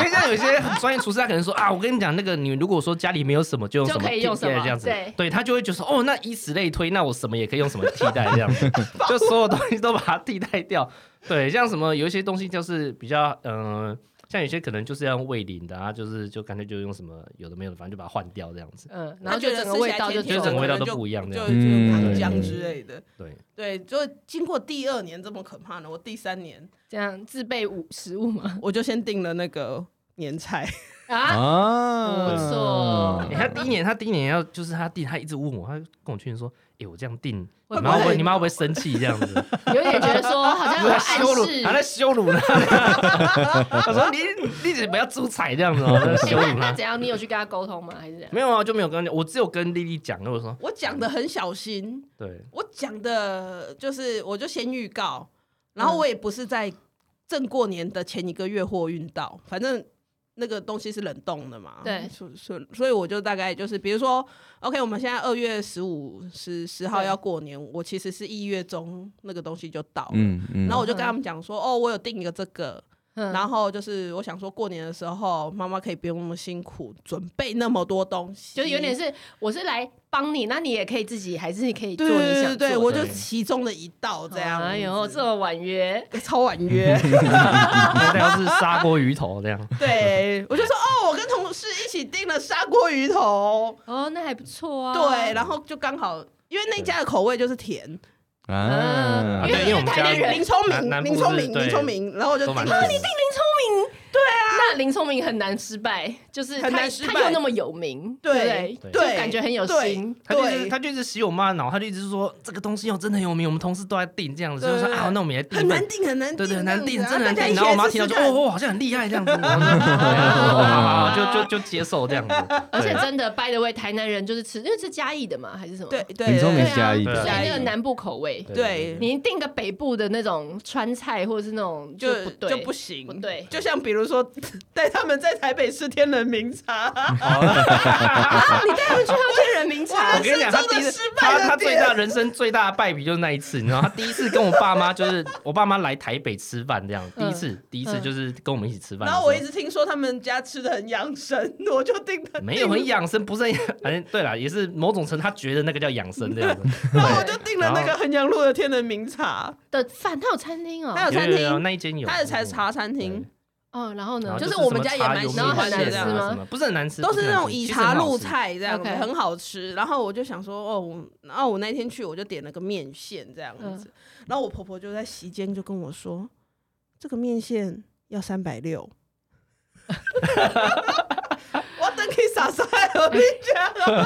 Speaker 3: 因为像有些很专业厨师，他可能说啊，我跟你讲，那个你如果说家里没有什么，就用
Speaker 1: 就
Speaker 3: 什么
Speaker 1: 可以
Speaker 3: 替
Speaker 1: 用什
Speaker 3: 代
Speaker 1: 么
Speaker 3: 这样子
Speaker 1: 对，
Speaker 3: 对他就会觉得说哦，那以此类推，那我什么也可以用什么替代这样子，就所有东西都把它替代掉。对，像什么有一些东西就是比较嗯、呃像有些可能就是要用味淋的啊，就是就干脆就用什么有的没有的，反正就把它换掉这样子。
Speaker 1: 嗯，然
Speaker 2: 他
Speaker 1: 后就
Speaker 2: 觉得
Speaker 1: 整个
Speaker 2: 吃起
Speaker 1: 味
Speaker 2: 来
Speaker 1: 道就
Speaker 2: 甜
Speaker 1: 走
Speaker 2: 甜
Speaker 3: 就整个味
Speaker 1: 了
Speaker 3: 道
Speaker 2: 的
Speaker 4: 都
Speaker 2: 就
Speaker 3: 不一样这
Speaker 2: 就
Speaker 3: 样
Speaker 2: 就用糖
Speaker 4: 嗯
Speaker 2: 浆之类的。
Speaker 3: 对，
Speaker 2: 对，就经过第二年这么可怕呢，我第三 年
Speaker 1: 这样自备五食物嘛
Speaker 2: 我就先订了那个年菜，
Speaker 1: 啊，
Speaker 4: 啊，
Speaker 1: 不错
Speaker 3: 欸他第一年，他第一年要就是他弟，他一直问我，他就跟我确认说，哎、我这样定，
Speaker 1: 会不
Speaker 3: 你妈会不
Speaker 1: 会
Speaker 3: 会你妈会不会生气这样子？
Speaker 1: 有点觉得说好像有
Speaker 3: 在羞
Speaker 1: 暗
Speaker 3: 辱，还
Speaker 1: 示。
Speaker 3: 在羞辱他。 他说你你怎么要猪仔这样子哦，在羞
Speaker 1: 那
Speaker 3: 辱
Speaker 1: 那
Speaker 3: 他。
Speaker 1: 怎样？你有去跟他沟通吗？还是怎样？
Speaker 3: 没有啊，就没有跟他讲，我只有跟丽丽讲，我说
Speaker 2: 我讲的很小心，
Speaker 3: 对，
Speaker 2: 我讲的就是我就先预告，然后我也不是在正过年的前一个月货运到，反正。那个东西是冷冻的嘛？
Speaker 1: 对
Speaker 2: 所所所以我就大概就是，比如说，OK，我们现在二月十五、十十号
Speaker 1: 对
Speaker 2: 要过年，我其实是一月中那个东西就到了，
Speaker 4: 嗯嗯，
Speaker 2: 然后我就跟他们讲说，哦，我有订一个这个，
Speaker 1: 嗯
Speaker 2: 然后就是我想说，过年的时候妈妈可以不用那么辛苦准备那么多东西，
Speaker 1: 就有点是我是来帮你，那你也可以自己，还是你可以做
Speaker 2: 对
Speaker 1: 你
Speaker 2: 对对
Speaker 1: 想
Speaker 2: 对，
Speaker 1: 做
Speaker 2: 我
Speaker 1: 的
Speaker 2: 就
Speaker 3: 对
Speaker 2: 其中的一道这样子。
Speaker 1: 哎呦，这么婉约，
Speaker 2: 超婉 约，
Speaker 3: 那要是砂锅鱼头这样，
Speaker 2: 对我就说哦，我跟同事一起订了砂锅鱼头，
Speaker 1: 哦，那还不错啊。
Speaker 2: 对，然后就刚好。因为那家的口味就是甜，
Speaker 4: 啊
Speaker 3: 嗯，因为我们
Speaker 2: 台
Speaker 3: 家
Speaker 2: 南人林聪明，
Speaker 3: 南
Speaker 2: 林聪明，林聪，明，然后我就
Speaker 3: 南部
Speaker 2: 订
Speaker 3: 是对都蛮
Speaker 2: 了
Speaker 3: 甜的
Speaker 1: 那林聪明很难失败，就是
Speaker 2: 很
Speaker 1: 他
Speaker 2: 难失败
Speaker 1: 他又那么有名，
Speaker 2: 对
Speaker 1: 不
Speaker 3: 对
Speaker 1: 就感觉很有心。
Speaker 3: 他就是
Speaker 2: 对
Speaker 3: 他，就是洗我妈的脑，他就一直说这个东西哦真的很有名，我们同事都在订这样子，
Speaker 2: 对
Speaker 3: 就说
Speaker 2: 对
Speaker 3: 啊，那我们也订
Speaker 2: 很
Speaker 3: 一份
Speaker 2: 难。订，很难订，
Speaker 3: 对对，很难订，
Speaker 2: 这样
Speaker 3: 真
Speaker 2: 子啊
Speaker 3: 的很
Speaker 2: 大家一
Speaker 3: 订。
Speaker 2: 起
Speaker 3: 然后我
Speaker 2: 来
Speaker 3: 妈
Speaker 2: 试
Speaker 3: 听到
Speaker 2: 试
Speaker 3: 就
Speaker 2: 看
Speaker 3: 哦，哦好像很厉害这样子，然后就 哦好好好就就就接受这样子。
Speaker 1: 而且
Speaker 3: 对
Speaker 1: 真的，by the way，台南人就是吃，因为是嘉义的嘛，还是什么？
Speaker 2: 对对，
Speaker 4: 林聪
Speaker 1: 对
Speaker 4: 明是嘉
Speaker 1: 啊，
Speaker 4: 义
Speaker 1: 所
Speaker 3: 对
Speaker 1: 以
Speaker 2: 啊
Speaker 1: 那个南部口味，
Speaker 2: 对
Speaker 1: 你定个北部的那种川菜或者是那种
Speaker 2: 就
Speaker 1: 不对，
Speaker 2: 不行，
Speaker 1: 不对
Speaker 2: 就像比如说带他们在台北吃天人名茶，
Speaker 1: 啊！你带他们去喝天 人名茶
Speaker 3: 我，跟你讲，他第一次他他最大人生最大的败笔就是那一次，你知道，他第一次跟我爸妈就是我爸妈来台北吃饭这样，第一次第一次就是跟我们一起吃饭的
Speaker 2: 嗯
Speaker 3: 时候。
Speaker 2: 然后我一直听说他们家吃的很养生，我就订他
Speaker 3: 没有很，养生，不是很养，反正对啦，也是某种程度他觉得那个叫养生这样子。
Speaker 2: 订然后我就订了那个衡阳路的天人名茶，
Speaker 1: 的饭，他有餐厅哦
Speaker 2: 他，有餐
Speaker 3: 有有有
Speaker 2: 厅，
Speaker 3: 那一间有，
Speaker 2: 他的才茶餐厅，
Speaker 1: 哦，然后
Speaker 3: 对。
Speaker 1: 呢
Speaker 3: 然后，
Speaker 2: 就是是我们
Speaker 3: 什么
Speaker 2: 家也蛮
Speaker 3: 茶油
Speaker 1: 喜欢
Speaker 3: 面线
Speaker 1: 的这样
Speaker 3: 啊
Speaker 1: 吗
Speaker 3: 什么不是很难吃，
Speaker 2: 都
Speaker 3: 不
Speaker 2: 是那
Speaker 3: 很难
Speaker 2: 种
Speaker 3: 吃
Speaker 2: 以
Speaker 3: 其实
Speaker 2: 茶
Speaker 3: 很好
Speaker 2: 入
Speaker 3: 吃
Speaker 2: 菜这样子，
Speaker 1: OK
Speaker 2: 很好吃。然后我就想说，哦，我然后我那天去我就点了个面线这样子，然后我婆婆就在席间就跟我说，这个面线要三百六。 我等你傻傻的，我跟你讲，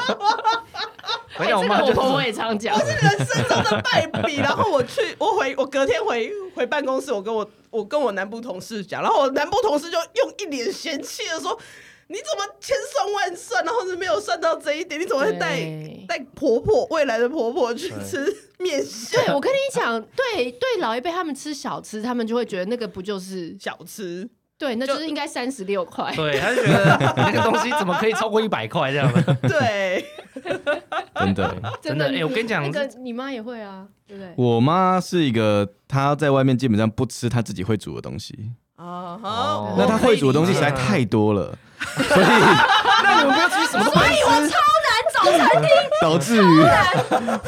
Speaker 3: 而且
Speaker 1: 哎这
Speaker 3: 我妈
Speaker 2: 哎
Speaker 1: 个
Speaker 3: 就
Speaker 1: 我
Speaker 3: 是
Speaker 1: 婆婆也常讲，
Speaker 2: 人生中的败 笔。然后我去，我回，我隔天回回办公室，我跟我我跟我南部同事讲，然后我南部同事就用一脸嫌弃的说：“你怎么千算万算，然后是没有算到这一点？你怎么会带
Speaker 1: 对
Speaker 2: 带婆婆未来的婆婆去
Speaker 3: 对
Speaker 2: 吃面线
Speaker 1: 对，我跟你讲，对对，老一辈他们吃小吃，他们就会觉得那个不就是
Speaker 2: 小吃？
Speaker 1: 对，那就是应该三十六块。
Speaker 3: 对，他就觉得那个东西怎么可以超过一百块这 样的？
Speaker 2: 对，
Speaker 4: 真
Speaker 1: 嗯
Speaker 4: 的。
Speaker 3: 真的，哎、我跟你讲
Speaker 1: 那，个你妈也会啊，对不对？
Speaker 4: 我妈是一个，她在外面基本上不吃她自己会煮的东西，
Speaker 2: 啊
Speaker 3: 哦
Speaker 2: 哈，
Speaker 4: 那她会煮的东西实在太多了，所以
Speaker 3: 那我们要吃什么都不能吃。
Speaker 1: 早餐店
Speaker 4: 导致于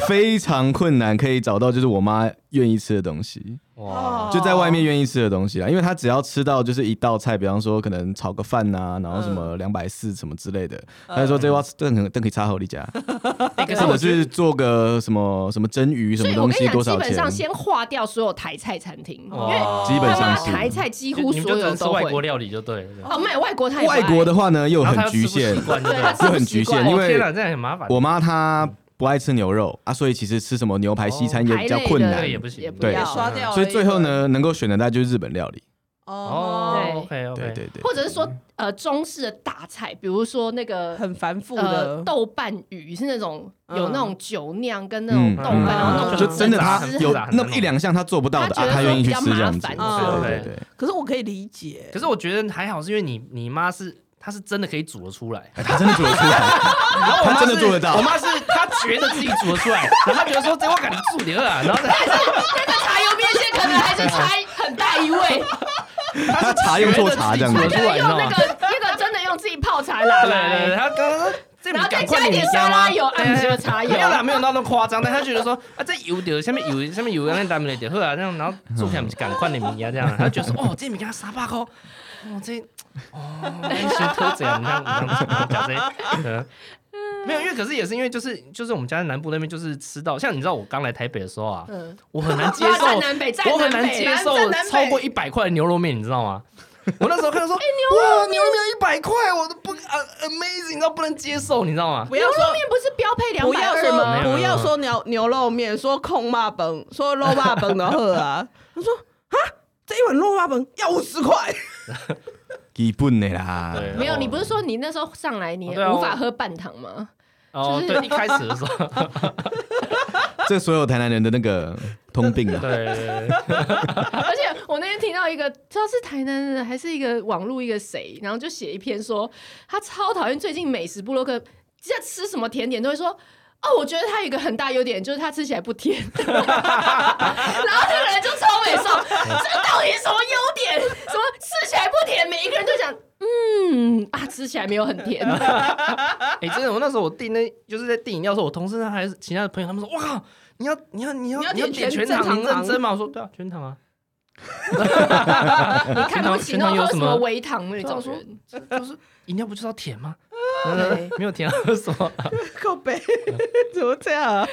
Speaker 4: 非常困难可以找到就是我妈愿意吃的东西，
Speaker 1: 哦
Speaker 2: 哦
Speaker 3: 哇，
Speaker 4: 就在外面愿意吃的东西啊，因为她只要吃到就是一道菜，比方说可能炒个饭呐、然后
Speaker 1: 嗯
Speaker 4: 什么两百四什么之类的，她就说这要邓肯邓可以插好你家，
Speaker 3: 哎可是
Speaker 4: 或
Speaker 3: 我
Speaker 4: 者
Speaker 3: 觉得
Speaker 4: 是做个什么什么蒸鱼什么
Speaker 1: 所以我
Speaker 4: 东
Speaker 1: 跟你
Speaker 4: 西
Speaker 1: 讲，
Speaker 4: 多
Speaker 1: 基
Speaker 4: 少
Speaker 1: 本
Speaker 4: 钱，
Speaker 1: 上先划掉所有台菜餐厅，因为
Speaker 3: 哇
Speaker 4: 基本
Speaker 1: 他妈
Speaker 4: 上是
Speaker 1: 台菜几乎
Speaker 3: 哦你们就
Speaker 1: 所
Speaker 3: 只
Speaker 1: 有
Speaker 3: 能吃
Speaker 1: 都
Speaker 3: 外
Speaker 1: 会
Speaker 3: 国。料理就对了。
Speaker 1: 哦，卖外国他也不
Speaker 4: 外
Speaker 1: 爱
Speaker 4: 国的话呢又
Speaker 3: 然后他
Speaker 4: 很局
Speaker 3: 又吃不习
Speaker 4: 限，
Speaker 3: 惯
Speaker 1: 对他吃
Speaker 4: 又
Speaker 1: 不
Speaker 4: 很
Speaker 1: 习
Speaker 4: 局
Speaker 1: 惯
Speaker 4: 限，因
Speaker 3: 哦
Speaker 4: 为
Speaker 3: 天哪，这样很麻烦。
Speaker 4: 我妈她不爱吃牛肉啊，所以其实吃什么牛排、西餐也比较困
Speaker 1: 哦排
Speaker 4: 难
Speaker 3: 对，
Speaker 1: 类
Speaker 3: 也
Speaker 1: 的
Speaker 3: 不行，
Speaker 1: 也不
Speaker 4: 对
Speaker 1: 要
Speaker 2: 刷掉了
Speaker 4: 所以最后呢，能够选的大概就是日本料理。
Speaker 2: 一个，哦，
Speaker 3: 哦，OK
Speaker 4: 对
Speaker 3: OK，
Speaker 4: 对对，
Speaker 1: 或者是说呃中式的大菜，比如说那个
Speaker 2: 很繁复
Speaker 1: 呃
Speaker 2: 的，
Speaker 1: 豆瓣鱼是那种有那种酒酿跟那种
Speaker 4: 嗯
Speaker 1: 豆瓣，
Speaker 2: 嗯
Speaker 1: 然后
Speaker 2: 嗯
Speaker 1: 弄成
Speaker 4: 就真的
Speaker 1: 整
Speaker 4: 她
Speaker 1: 只
Speaker 3: 很
Speaker 4: 有
Speaker 3: 复杂很
Speaker 4: 那
Speaker 3: 难
Speaker 4: 么一两项她做不到的，
Speaker 1: 她觉
Speaker 4: 啊
Speaker 1: 得
Speaker 4: 她愿意去吃这样
Speaker 1: 比
Speaker 4: 子。
Speaker 1: 较
Speaker 2: 麻烦
Speaker 4: 对对对，
Speaker 2: 可是我可以理解，
Speaker 3: 可是我觉得还好，是因为你你妈是她是真的可以煮得出来，
Speaker 4: 哎她真的煮得出来，
Speaker 3: 然后我 妈
Speaker 4: 她真的
Speaker 3: 是
Speaker 4: 做得到
Speaker 3: 我妈是她觉得自己煮得 出来，然后她觉得说这我敢煮你啊，然后
Speaker 1: 茶油面线可能还是差很大一位，
Speaker 4: 她茶用错茶这样
Speaker 3: 觉得自
Speaker 4: 子
Speaker 3: 己煮。
Speaker 1: 可能用那个那个真的用自己泡茶拿
Speaker 3: 对对对，
Speaker 1: 来，
Speaker 3: 她刚刚说这你
Speaker 1: 哎然后再
Speaker 3: 赶快啊
Speaker 1: 加一
Speaker 3: 你
Speaker 1: 点
Speaker 3: 家
Speaker 1: 沙
Speaker 3: 吗
Speaker 1: 拉油、暗
Speaker 3: 对
Speaker 1: 色
Speaker 3: 对
Speaker 1: 茶油
Speaker 3: 没。有啊啦，没有到那么夸张，但她觉得说 啊这油的下面油下面油那咱们来点喝啊，这样然后做起来赶快你们家这样，她觉得说哦这米给她三百块，哦这哦那小偷这样，你看你看讲这，嗯。 没有，因为可是也是因为就是就是我们家在南部那边就是吃到像你知道我刚来台北的时候啊，
Speaker 1: 嗯，
Speaker 3: 我很难接
Speaker 1: 哇
Speaker 3: 受
Speaker 1: 在南北，在
Speaker 3: 我很
Speaker 1: 南
Speaker 3: 难
Speaker 1: 北
Speaker 3: 接，受
Speaker 2: 在南北
Speaker 3: 超过一百块的牛肉面，你知道 吗？我那时候看到说，哎、哇，牛肉面一百块，我都不啊 amazing 到不能接受，你知道吗？
Speaker 2: 不要说。
Speaker 1: 面不是标配两
Speaker 2: 不
Speaker 1: 百
Speaker 2: 要
Speaker 1: 二吗？
Speaker 3: 没有
Speaker 2: 说不要说牛牛肉面，说控骂本，说肉 霸本的喝啊！他说啊，这一碗肉霸本要五十块，
Speaker 4: 基本的啦，
Speaker 3: 对
Speaker 1: 没有，你不是说你那时候上来你
Speaker 3: 哦对啊
Speaker 1: 无法喝半糖吗？
Speaker 3: 哦，
Speaker 1: 就是
Speaker 3: 对，一开始的时候，
Speaker 4: 这所有台南人的那个通病 啊。
Speaker 3: 对对对对，
Speaker 1: 而且我那天听到一个，不知道是台南人还是一个网络一个谁，然后就写一篇说他超讨厌最近美食部落客在吃什么甜点都会说。哦，我觉得他有一个很大优点，就是他吃起来不甜。 然后那个人就超美说，这到底什么优点？什么吃起来不甜？每一个人都讲，嗯啊，吃起来没有很甜。
Speaker 3: 哎、真的，我那时候我订那就是在订饮料的时候，我同事还是其他的朋友，他们说，哇靠，你要你要你要
Speaker 2: 你要
Speaker 3: 你要
Speaker 2: 点
Speaker 3: 点
Speaker 2: 全
Speaker 3: 全糖，
Speaker 2: 正
Speaker 3: 你
Speaker 2: 常
Speaker 3: 认真吗？我说对啊，全糖啊，
Speaker 1: 你看不起
Speaker 3: 全
Speaker 1: 那
Speaker 3: 糖
Speaker 1: 种
Speaker 3: 有
Speaker 1: 喝
Speaker 3: 什
Speaker 1: 什
Speaker 3: 么
Speaker 1: 么微糖那种
Speaker 3: 这样
Speaker 1: 人。
Speaker 3: 就是饮料不就是要甜吗？
Speaker 1: 对
Speaker 3: 没有甜喝什么？
Speaker 2: 靠背， 怎么这样啊？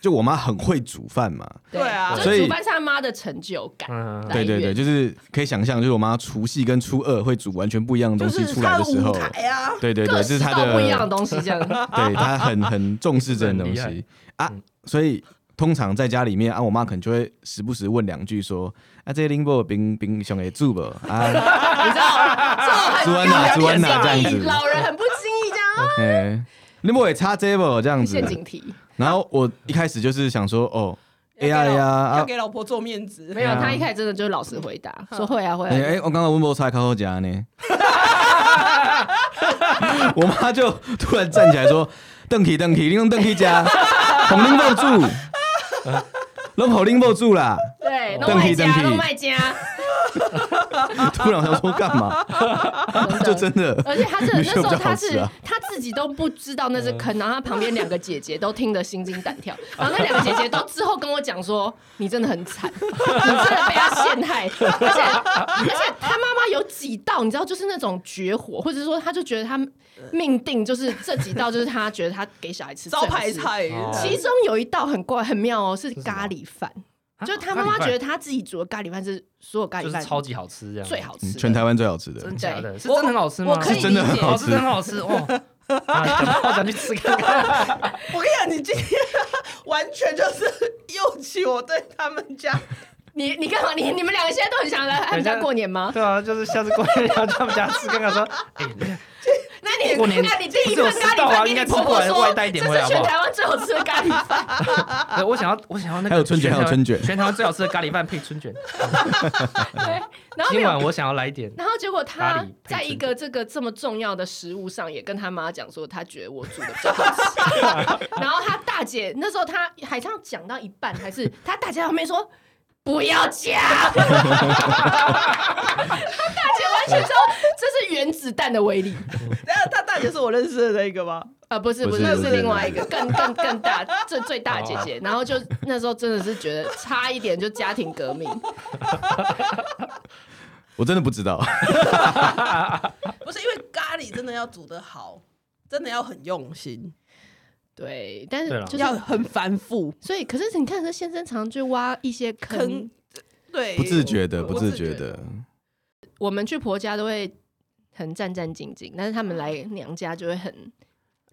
Speaker 4: 就我妈很会煮饭嘛，
Speaker 2: 对啊
Speaker 1: 就
Speaker 4: 所以
Speaker 1: 煮饭是他妈的成就感。
Speaker 3: 嗯，
Speaker 1: 来
Speaker 4: 对对对，
Speaker 1: 源
Speaker 4: 就是可以想象，就是我妈除夕跟初二会煮完全不一样的东
Speaker 2: 就是
Speaker 4: 西出
Speaker 2: 他的
Speaker 4: 来的时候
Speaker 2: 舞，台啊，
Speaker 4: 对对对，
Speaker 1: 各
Speaker 4: 这是
Speaker 1: 式
Speaker 4: 她
Speaker 1: 到
Speaker 4: 的
Speaker 1: 不一样的东西，这样
Speaker 4: 对他很很重视这种东
Speaker 3: 很厉
Speaker 4: 西啊
Speaker 3: 嗯，
Speaker 4: 所以通常在家里面啊，我妈可能就会时不时问两句说：“啊，这林波冰冰熊给住不？啊，
Speaker 1: 你知道，这种很
Speaker 4: 朱安娜，朱安娜这样子，
Speaker 1: 老人很不经意这样啊
Speaker 4: 哎，林波也差这不这样子
Speaker 1: 陷。阱题。”
Speaker 4: 然后我一开始就是想说：“哦
Speaker 2: 要给
Speaker 4: ，AI 呀
Speaker 2: 老要
Speaker 4: 啊，
Speaker 2: 给老婆做面子，
Speaker 1: 没有，他一开始真的就是老实回答，说会啊会
Speaker 4: 哎
Speaker 1: 啊。
Speaker 4: 哎，我刚刚温波差靠后夹呢。”我妈就突然站起来说：“邓启，邓启，你用邓启夹，红林波住，拢红林波住啦。”
Speaker 1: 对，
Speaker 4: 哦
Speaker 1: 弄
Speaker 4: 邓
Speaker 1: 卖
Speaker 4: 皮邓
Speaker 1: 家，
Speaker 4: 皮
Speaker 1: 弄卖 家，
Speaker 4: 突然想说干嘛？啊就真的，
Speaker 1: 而且他真的那时
Speaker 4: 你觉得
Speaker 1: 候
Speaker 4: 比较
Speaker 1: 他
Speaker 4: 好吃
Speaker 1: 是
Speaker 4: 啊
Speaker 1: 他自己都不知道那 是坑，然后他旁边两个姐姐都听得心惊胆跳，然后那两个姐姐都之后跟我讲说，你真的很惨， 你真的被他陷害，而且而且他妈妈有几道，你知道，就是那种绝活，或者说他就觉得他命定就是这几道，就是他觉得他给小孩吃最
Speaker 2: 招
Speaker 1: 好
Speaker 2: 牌
Speaker 1: 吃
Speaker 2: 菜
Speaker 3: 哦，
Speaker 1: 其中有一道很怪很妙哦，是咖喱饭，
Speaker 3: 啊
Speaker 1: 就是他妈妈觉得他自己煮的咖喱饭是所有咖
Speaker 3: 就
Speaker 1: 喱
Speaker 3: 是
Speaker 1: 饭
Speaker 3: 超级好吃，这样
Speaker 1: 最好吃
Speaker 4: 嗯
Speaker 1: 的，
Speaker 4: 全台湾最好吃的
Speaker 3: 真。假的？
Speaker 1: 对
Speaker 3: 是真的很好吃吗？
Speaker 2: 我可以
Speaker 4: 是真的很
Speaker 2: 理解
Speaker 4: 好
Speaker 3: 哦，
Speaker 4: 吃
Speaker 3: 是真的很好吃哦。啊，想好想去吃看看。
Speaker 2: 我跟你讲，你今天 完全就是又起我对他们家，
Speaker 1: 你你干嘛？你你们两个现在都很想来他们家过年吗？
Speaker 3: 对啊，就是下次过年要去他们家吃看看，说，哎，
Speaker 1: 那你
Speaker 3: 过年
Speaker 1: 那你第一
Speaker 3: 不
Speaker 1: 份
Speaker 3: 是有
Speaker 1: 咖
Speaker 3: 吃到
Speaker 1: 喱
Speaker 3: 啊
Speaker 1: 饭给
Speaker 3: 应
Speaker 1: 你
Speaker 3: 该
Speaker 1: 婆婆
Speaker 3: 吃过来
Speaker 1: 说，
Speaker 3: 外
Speaker 1: 这
Speaker 3: 带一点回来
Speaker 1: 是
Speaker 3: 好
Speaker 1: 全
Speaker 3: 不好
Speaker 1: 台湾最好吃的咖喱饭。
Speaker 3: 对我想要我想要那个
Speaker 4: 还有春卷
Speaker 3: 全台
Speaker 4: 还有春卷
Speaker 3: 全台湾最好吃的咖喱饭配春卷。
Speaker 1: 对，然后没
Speaker 3: 今晚
Speaker 1: 有。
Speaker 3: 我想要来一点，
Speaker 1: 然后结果
Speaker 3: 咖
Speaker 1: 他
Speaker 3: 喱配
Speaker 1: 在一
Speaker 3: 春
Speaker 1: 个这个这么重要的食物上，也跟他妈讲说，他觉得我煮的比较好吃。 然后他大姐那时候他好像讲到一半，还是他大姐在旁边说不要讲。 他大姐完全说这是原子弹的威力。
Speaker 2: 等一下他大姐是我认识的那个吗？
Speaker 1: 啊，不是
Speaker 4: 不
Speaker 1: 不
Speaker 4: 是
Speaker 1: 是，
Speaker 4: 不
Speaker 1: 是
Speaker 4: 是
Speaker 1: 另外一个更更更大，最最大的姐姐。然后就那时候真的是觉得差一点就家庭革命，
Speaker 4: 我真的不知道，
Speaker 2: 不是因为咖喱真的要煮的好，真的要很用心，
Speaker 1: 对，但是
Speaker 3: 对啦
Speaker 1: 就是
Speaker 2: 要很繁复
Speaker 1: 所以，可是你看，这先生常去挖一些坑。
Speaker 2: 坑。对，
Speaker 4: 不自觉的，
Speaker 2: 我
Speaker 4: 不自觉。的，
Speaker 1: 我们去婆家都会很战战兢兢，但是他们来娘家就会很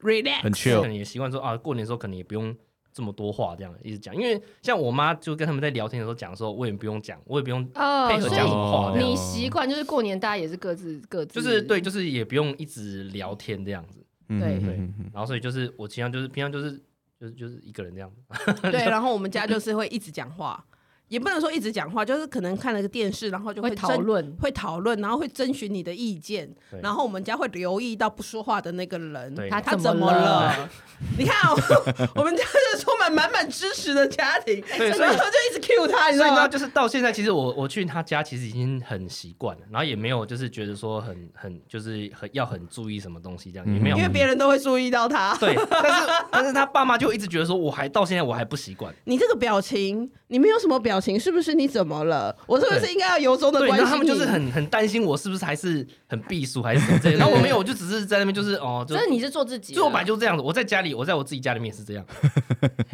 Speaker 2: relax，
Speaker 4: 很
Speaker 3: 可
Speaker 4: chill。
Speaker 3: 能也习惯说啊，过年的时候可能也不用这么多话这样一直讲，因为像我妈就跟他们在聊天的时候讲说，我也不用讲，我也不用
Speaker 1: 哦
Speaker 3: 配合
Speaker 1: 所
Speaker 3: 讲什
Speaker 1: 以
Speaker 3: 么话
Speaker 4: 哦
Speaker 3: 这样，
Speaker 1: 你习惯就是过年大家也是各自各自，
Speaker 3: 就是对，就是也不用一直聊天这样子。
Speaker 4: 嗯
Speaker 1: 对
Speaker 4: 嗯
Speaker 3: 对
Speaker 4: 嗯嗯
Speaker 3: 然后所以就是我平常就是平常就是就是就是一个人这样子，
Speaker 2: 对，然后我们家就是会一直讲话，也不能说一直讲话，就是可能看了个电视，然后就
Speaker 1: 会
Speaker 2: 征
Speaker 1: 讨，论。
Speaker 2: 会讨论，然后会征询你的意见，
Speaker 3: 对
Speaker 2: 然后我们家会留意到不说话的那个人，
Speaker 3: 对
Speaker 2: 他
Speaker 1: 怎
Speaker 2: 怎
Speaker 1: 么
Speaker 2: 么
Speaker 1: 了
Speaker 2: 了？你看、哦， 我们家就是充满满满知识的家庭，
Speaker 3: 对所
Speaker 2: 然
Speaker 3: 以
Speaker 2: 后就一直 cue 他，你知
Speaker 3: 所以
Speaker 2: 道
Speaker 3: 呢，
Speaker 2: 吗？
Speaker 3: 就是到现在，其实我我去他家，其实已经很习惯了，然后也没有就是觉得说很很就是很要很注意什么东西这样，也没有
Speaker 2: 因。为别人都会注意到他。
Speaker 3: 对，但是但是他爸妈就一直觉得说，我还到现在我还不习惯，
Speaker 2: 你这个表情，你没有什么表情，是不是？你怎么了？我是不是
Speaker 3: 对
Speaker 2: 应该要由衷的
Speaker 3: 对，
Speaker 2: 关
Speaker 3: 然后
Speaker 2: 心
Speaker 3: 他们就是
Speaker 2: 你
Speaker 3: 很很担心我是不是还是很避暑还是什么之类的，然后我没有，我就只是在那边就是哦，就
Speaker 1: 所以你啊是做自己的，
Speaker 3: 就我本来就这样子，我在家里，我在我自己家里面也是这样，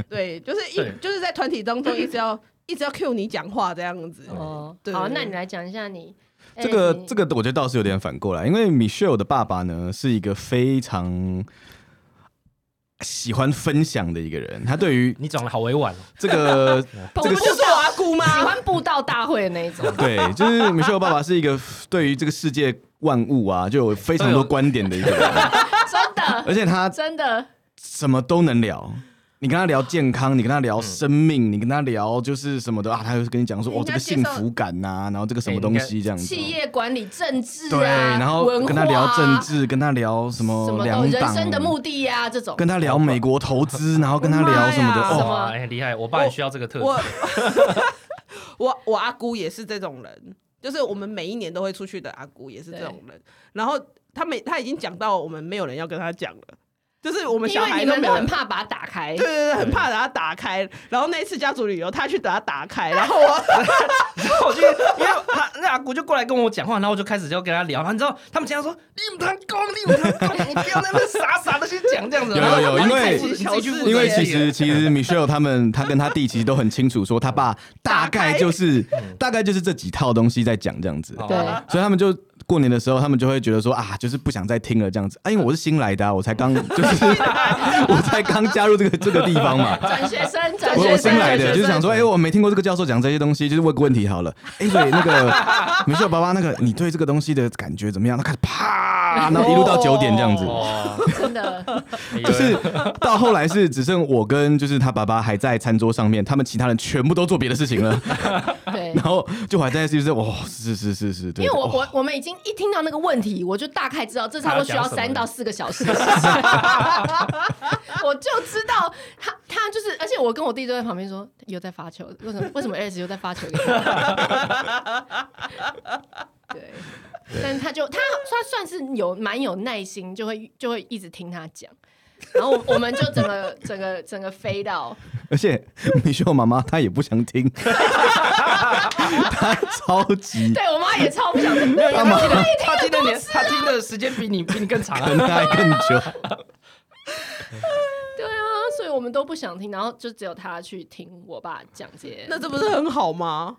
Speaker 2: 对，就是一
Speaker 3: 对
Speaker 2: 就是在团体当中一直要一直要 cue 你讲话这样子。
Speaker 1: 哦
Speaker 2: 对，
Speaker 1: 好，那你来讲一下你
Speaker 4: 这个
Speaker 1: 哎你
Speaker 4: 这个我觉得倒是有点反过来，因为 Michelle 的爸爸呢是一个非常喜欢分享的一个人，他对于
Speaker 3: 你讲的好委婉哦，
Speaker 4: 这个
Speaker 1: 我
Speaker 4: 这个
Speaker 1: 们
Speaker 2: 不就是我啊阿姑吗？
Speaker 1: 喜欢布道大会的那一 种。
Speaker 4: 对，就是 Michelle 爸爸是一个对于这个世界万物啊，就有非常多观点的一个人，
Speaker 1: 真的，
Speaker 4: 而且他
Speaker 1: 真的，
Speaker 4: 什么都能聊。你跟他聊健康，你跟他聊生命，你跟他聊就是什么的啊，他就跟你讲说
Speaker 2: 人
Speaker 4: 哦，
Speaker 2: 家
Speaker 4: 这个
Speaker 2: 介
Speaker 4: 幸
Speaker 2: 绍
Speaker 4: 福感呐、然后这个什
Speaker 3: 哎
Speaker 4: 么
Speaker 3: 你
Speaker 4: 东
Speaker 3: 看
Speaker 4: 西这样子。
Speaker 1: 企业管理、政治啊，
Speaker 4: 对，然后
Speaker 1: 文化啊
Speaker 4: 跟他聊政，治，跟他聊什
Speaker 1: 什
Speaker 4: 么
Speaker 1: 么
Speaker 4: 两
Speaker 1: 都人
Speaker 4: 党，
Speaker 1: 生的目的呀，这种。
Speaker 4: 跟他聊美国投资，然后跟他聊什么的
Speaker 2: 我的妈呀
Speaker 4: 哦，
Speaker 3: 哇，哎，厉害，我爸也需要这个特质，
Speaker 2: 我我 我阿姑也是这种人，就是我们每一年都会出去的阿姑也是这种人。然后他每他已经讲到我们没有人要跟他讲了，就是我们
Speaker 1: 因
Speaker 2: 小
Speaker 1: 为
Speaker 2: 孩
Speaker 1: 你
Speaker 2: 都
Speaker 1: 们
Speaker 2: 没
Speaker 1: 都
Speaker 2: 有
Speaker 1: 很
Speaker 2: 人。
Speaker 1: 怕把它打开
Speaker 2: 对，对对，很怕把他打开。然后那一次家族旅游，他去把他打开，然后我
Speaker 3: 我就因为他那阿姑就过来跟我讲话，然后我就开始就跟他聊，然后你知道他们经常说你们堂公，你们堂公，你不要在那边傻傻的去讲这样子。
Speaker 4: 有
Speaker 3: 然后
Speaker 4: 有
Speaker 3: 他们
Speaker 4: 因为
Speaker 3: 自己去负责自己的
Speaker 4: 因为其实其实 Michelle 他们他跟他弟其实都很清楚，说他爸大概就是大概就是这几套东西在讲这样子，
Speaker 3: 哦
Speaker 1: 对
Speaker 4: 所以他们就过年的时候，他们就会觉得说啊，就是不想再听了这样子。啊，因为我是新来的、啊，我才 刚就是我才刚加入这个这个地方 嘛。
Speaker 1: 转学生，转
Speaker 4: 我
Speaker 1: 学
Speaker 4: 我
Speaker 1: 生，
Speaker 4: 新来的，
Speaker 1: 转
Speaker 4: 就
Speaker 1: 学
Speaker 4: 是想
Speaker 1: 生。
Speaker 4: 说，哎、我没听过这个教授讲这些东西，就是问个问题好了。哎、所以那个米秀爸爸，那个你对这个东西的感觉怎么样？他开始啪，然后一路到九点这样子。
Speaker 3: 哦，哎
Speaker 1: 真的，
Speaker 3: 就
Speaker 4: 就是到后来是只剩我跟就是他爸爸还在餐桌上面，他们其他人全部都做别的事情 了，
Speaker 1: 对
Speaker 4: 然，后就还在就是哦，是是是是，
Speaker 1: 因
Speaker 4: 对，
Speaker 1: 为我
Speaker 4: 哦
Speaker 1: 我我们已经一听到那个问题，我就大概知道这差不多需要
Speaker 3: 他要讲什么
Speaker 1: 三到四个小时 的时间，我就知道他他就是，而且我跟我弟都在旁边说又在发球，为什么为什么 S 又在发球给他？ 对，但是他就他他算是有蛮有耐心，就会就会一直听他讲。然后我我们就整个整个整个飞到，
Speaker 4: 而且米秀妈妈她也不想听，她超级
Speaker 1: 对我妈也超不想听，
Speaker 3: 没有，因为
Speaker 4: 干嘛
Speaker 3: 他听的他听的年他听的时间比你比你更长啊
Speaker 4: 等。待更久，
Speaker 1: 对啊，所以我们都不想听，然后就只有他去听我爸讲这些。
Speaker 2: 那这不是很好吗？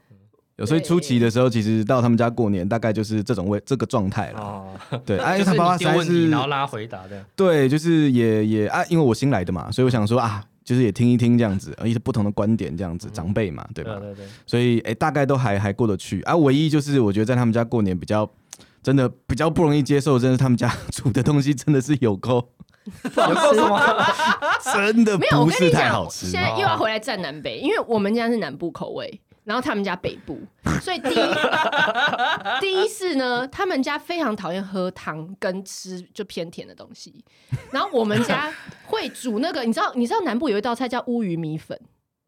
Speaker 4: 有所以初期的时候，其实到他们家过年，大概就是这种位这个状态了。
Speaker 3: 哦，
Speaker 4: 对，哎、
Speaker 3: 就
Speaker 4: 他
Speaker 3: 是
Speaker 4: 爸爸
Speaker 3: 你
Speaker 4: 实
Speaker 3: 丢
Speaker 4: 在
Speaker 3: 问题，
Speaker 4: 是
Speaker 3: 然后让他回答的。
Speaker 4: 对，就是也也啊，因为我新来的嘛，所以我想说啊，就是也听一听这样子，而且不同的观点这样子，长辈嘛，对
Speaker 3: 对
Speaker 4: 吧？
Speaker 3: 对对，
Speaker 4: 所以哎、诶大概都还还过得去啊。唯一就是我觉得在他们家过年比较。真的比较不容易接受，真的是他们家煮的东西真的是有够
Speaker 3: 有够什么？
Speaker 4: 真的
Speaker 1: 没有，我
Speaker 4: 不
Speaker 1: 跟
Speaker 4: 是
Speaker 1: 你
Speaker 4: 太
Speaker 1: 讲，
Speaker 4: 好吃。
Speaker 1: 现在又
Speaker 3: 哦
Speaker 1: 要回来站南北，因为我们家是南部口味，然后他们家北部，所以第一第一是呢，他们家非常讨厌喝汤跟吃就偏甜的东西，然后我们家会煮那个，你知道你知道南部有一道菜叫乌鱼米粉。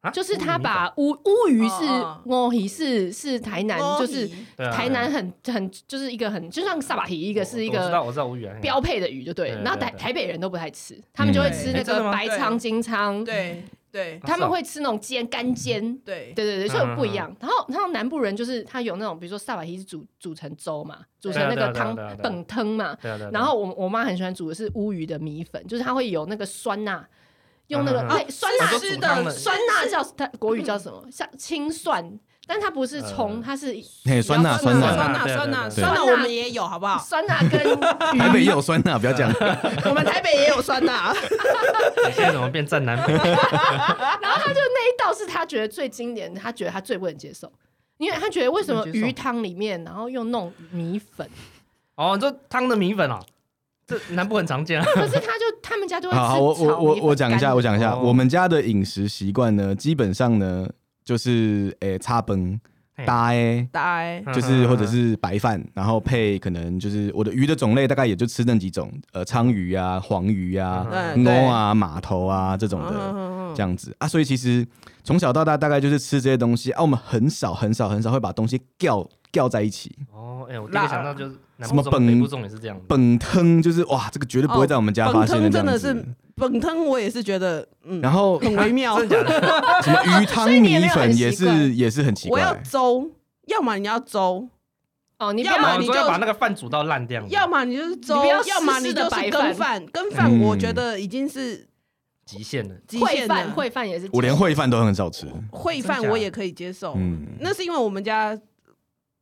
Speaker 3: 啊
Speaker 1: 就是他把乌乌鱼是
Speaker 2: 哦
Speaker 1: 乌鱼是是台南，就是
Speaker 3: 对啊
Speaker 1: 台南很很就是一个很就像萨巴提一个是一
Speaker 3: 我知
Speaker 1: 个
Speaker 3: 道，我知道吴啊语言
Speaker 1: 标配的鱼就对了，
Speaker 3: 对
Speaker 1: 然后台
Speaker 3: 对对
Speaker 1: 台北人都不太吃，他们就会
Speaker 4: 嗯
Speaker 1: 吃
Speaker 3: 哎
Speaker 1: 那
Speaker 3: 真的
Speaker 1: 个
Speaker 3: 吗
Speaker 1: 白
Speaker 2: 对
Speaker 1: 仓金仓，
Speaker 2: 对对
Speaker 3: 啊
Speaker 1: 他们会吃那种煎干煎。
Speaker 2: 对
Speaker 1: 对对对，所以
Speaker 3: 嗯嗯嗯
Speaker 1: 不一样。然后，然后南部人就是他有那种，比如说萨瓦希是煮煮成粥嘛，煮成
Speaker 3: 对啊
Speaker 1: 那个
Speaker 3: 对啊
Speaker 1: 汤
Speaker 3: 对啊对啊对啊
Speaker 1: 本汤嘛。
Speaker 3: 对啊对啊对啊
Speaker 1: 然后我我妈很喜欢煮的是乌鱼的米粉，就是它会有那个酸钠，用那个
Speaker 2: 啊
Speaker 3: 嗯嗯嗯
Speaker 1: 哎酸
Speaker 3: 我
Speaker 1: 钠
Speaker 3: 说
Speaker 2: 是
Speaker 3: 煮
Speaker 2: 的
Speaker 3: 汤的
Speaker 1: 酸钠
Speaker 3: 啊
Speaker 1: 叫它国语叫
Speaker 3: 嗯
Speaker 1: 什么？像青蒜，但它不是葱，
Speaker 3: 呃
Speaker 1: 它是
Speaker 4: 嘿，酸辣
Speaker 1: 比较
Speaker 4: 酸
Speaker 3: 辣
Speaker 2: 酸辣
Speaker 4: 辣，
Speaker 2: 酸辣
Speaker 4: 对
Speaker 2: 酸
Speaker 1: 对
Speaker 2: 辣，
Speaker 1: 对
Speaker 2: 我们也有好不
Speaker 3: 啊
Speaker 2: 好？
Speaker 1: 酸钠跟哎鱼
Speaker 4: 台北也有酸辣，不要讲。
Speaker 2: 我们台北也有酸辣，
Speaker 3: 你现在怎么变站南北？
Speaker 1: 然后他就那一道是他觉得最经典的，他觉得他最不能接受，因为他觉得为什么
Speaker 3: 不能接受
Speaker 1: 鱼汤里面然后又弄米粉，
Speaker 3: 哦，你说汤的米粉啊，这南部很常见啊。
Speaker 1: 可是他就他们家就会吃
Speaker 4: 好好，我
Speaker 1: 炒米粉
Speaker 4: 我我我讲一下，
Speaker 1: 干
Speaker 4: 我讲一下，
Speaker 3: 哦
Speaker 4: 我们家的饮食习惯呢，基本上呢就是诶擦崩
Speaker 3: 嘿嗯
Speaker 4: 搭诶。
Speaker 2: 呆
Speaker 4: 就是或者是白饭，然后配可能就是我的鱼的种类大概也就吃那几种，呃，鲳鱼啊、黄鱼啊、
Speaker 2: 嗯
Speaker 4: 蚵
Speaker 2: 对
Speaker 4: 啊、码头啊这种
Speaker 2: 嗯
Speaker 4: 的，这样子啊。所以其实从小到大大概就是吃这些东西啊，我们很少很少很少会把东西吊吊在一起。
Speaker 3: 哦，哎，我第一个
Speaker 1: 啊
Speaker 3: 想到就是南
Speaker 4: 什么
Speaker 3: 部
Speaker 4: 本
Speaker 3: 粽，北部粽也是这样的。
Speaker 4: 本汤就是哇，这个绝对不会在我们家发现
Speaker 2: 哦本汤
Speaker 4: 这
Speaker 2: 真
Speaker 4: 样
Speaker 2: 的
Speaker 4: 子。
Speaker 2: 是本汤，我也是觉得 嗯
Speaker 4: 然后
Speaker 2: 很微妙。
Speaker 3: 真的假的？
Speaker 4: 什么鱼汤
Speaker 1: 所以你也没
Speaker 4: 米
Speaker 1: 有很
Speaker 4: 粉也
Speaker 1: 习惯
Speaker 4: 是也是很奇
Speaker 2: 我
Speaker 4: 怪
Speaker 2: 要，粥，要么你要粥，
Speaker 1: 哦，你不
Speaker 2: 要
Speaker 1: 要
Speaker 2: 么
Speaker 3: 哦
Speaker 2: 你
Speaker 3: 说
Speaker 2: 就
Speaker 3: 要把那个饭煮到烂掉，
Speaker 2: 要么你就是
Speaker 1: 你
Speaker 2: 粥，
Speaker 1: 不要湿
Speaker 2: 要么你
Speaker 1: 湿
Speaker 2: 就
Speaker 1: 的
Speaker 2: 是
Speaker 1: 白
Speaker 2: 跟
Speaker 1: 饭
Speaker 2: 饭，跟饭
Speaker 4: 嗯
Speaker 2: 我觉得已经是
Speaker 3: 极限了。
Speaker 2: 极
Speaker 1: 烩
Speaker 2: 限
Speaker 1: 饭
Speaker 2: 了。
Speaker 1: 烩饭也是，
Speaker 4: 我连烩饭都很少吃。
Speaker 1: 哦
Speaker 2: 烩饭我也可以接受，
Speaker 4: 嗯，
Speaker 2: 那是因为我们家。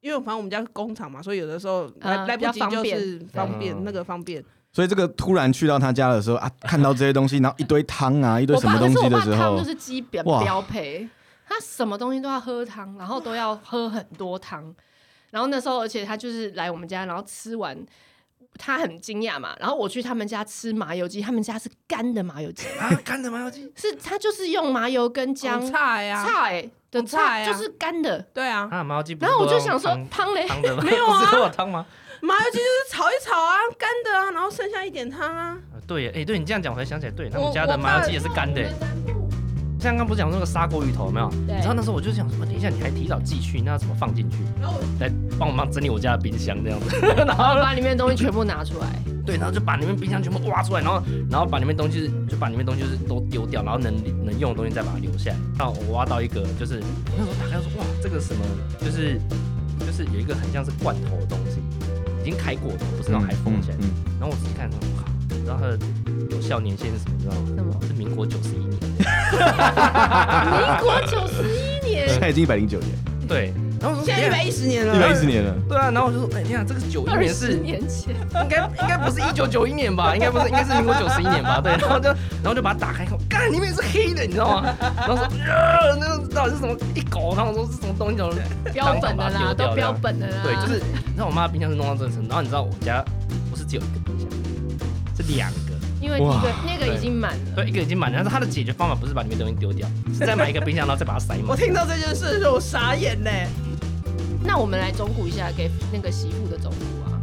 Speaker 2: 因为反正我们家工厂嘛，所以有的时候来、
Speaker 1: 嗯
Speaker 2: 来不及
Speaker 1: 比较方
Speaker 2: 就
Speaker 1: 便
Speaker 2: 是方便、
Speaker 3: 嗯
Speaker 2: 那个方便，
Speaker 4: 所以这个突然去到他家的时候啊，看到这些东西，然后一堆汤啊，一堆
Speaker 1: 我
Speaker 4: 什么
Speaker 1: 爸可
Speaker 4: 东
Speaker 1: 是我
Speaker 4: 西的
Speaker 1: 爸
Speaker 4: 时
Speaker 1: 汤
Speaker 4: 候嗯
Speaker 1: 就，是基本
Speaker 4: 哇
Speaker 1: 标配，他什么东西都要喝汤，然后都要喝很多汤。然后那时候，而且他就是来我们家，然后吃完，他很惊讶嘛。然后我去他们家吃麻油鸡，他们家是干的麻油鸡，
Speaker 3: 啊，干的麻油鸡
Speaker 1: 是他就是用麻油跟姜
Speaker 2: 好菜呀、啊，
Speaker 1: 菜的
Speaker 2: 很菜
Speaker 1: 菜
Speaker 2: 啊
Speaker 1: 就是干的。
Speaker 2: 对啊，
Speaker 3: 啊，麻油鸡不
Speaker 1: 然
Speaker 3: 是
Speaker 1: 后
Speaker 3: 都
Speaker 1: 我
Speaker 3: 要
Speaker 1: 就
Speaker 3: 用
Speaker 1: 想
Speaker 3: 汤。
Speaker 1: 说，哎汤嘞，
Speaker 3: 汤的吗？
Speaker 2: 没有啊
Speaker 3: 不是都有汤吗？
Speaker 2: 麻油鸡就是炒一炒啊，干的啊，然后剩下一点汤啊。
Speaker 3: 啊对耶，哎，对你这样讲，我才想起来，对他
Speaker 2: 我
Speaker 3: 们家的
Speaker 2: 我
Speaker 3: 麻
Speaker 2: 怕
Speaker 3: 油鸡也是干的耶。像刚刚不是讲那个砂锅鱼头有没有？
Speaker 1: 对
Speaker 3: 你知道那时候我就想说，等一下你还提早寄去，那要怎么放进去？
Speaker 2: 然后
Speaker 3: 来帮我妈整理我家的冰箱这样子。
Speaker 1: 然后把里面的东西全部拿出来，
Speaker 3: 对，然后就把里面冰箱全部挖出来，然后然后把里面东西就把里面东西就是都丢掉，然后能能用的东西再把它留下来。然后我挖到一个，就是我那时候打开说，哇，这个什么，就是就是有一个很像是罐头的东西，已经开过的，不是那种还封起来的。
Speaker 4: 嗯嗯
Speaker 3: 然后我仔细看，哇，你知道它的有效年限是什么？你知道吗？
Speaker 1: 什么？
Speaker 3: 是民国九十一年。
Speaker 1: 民国九十一年，
Speaker 4: 嗯现在已经一百零九年，
Speaker 3: 对，然后我说
Speaker 2: 现
Speaker 3: 哎
Speaker 2: 在一百一十年
Speaker 4: 一百一
Speaker 2: 了，
Speaker 4: 十年了。
Speaker 3: 对啊，然后我就说，哎、你看这个九一
Speaker 1: 二
Speaker 3: 年
Speaker 1: 十
Speaker 3: 是
Speaker 1: 年前，
Speaker 3: 应该应该不是一九九一年吧？应该不是，应该是民国九十一年吧？对，然后就然后就把它打开看，干里面是黑的，你知道吗？然后说，呃，那个到底是什么一狗？然后我说是什么东西？然后就
Speaker 1: 标本的
Speaker 3: 然后
Speaker 1: 啦，
Speaker 3: 把它丢掉
Speaker 1: 都标本的啦。
Speaker 3: 对，就是你知道我妈的冰箱是弄到这层，然后你知道我们家不是只有一个冰箱，是两个。
Speaker 1: 因为一个
Speaker 4: 哇
Speaker 1: 那个已经满了。
Speaker 3: 对，一个已经满了，但是它的解决方法不是把里面东西丢掉，是再买一个冰箱，然后再把它塞
Speaker 2: 我
Speaker 3: 满。
Speaker 2: 听到这件事的时候我傻眼呢、
Speaker 1: 那我们来忠顾一下给那个媳妇的忠顾啊，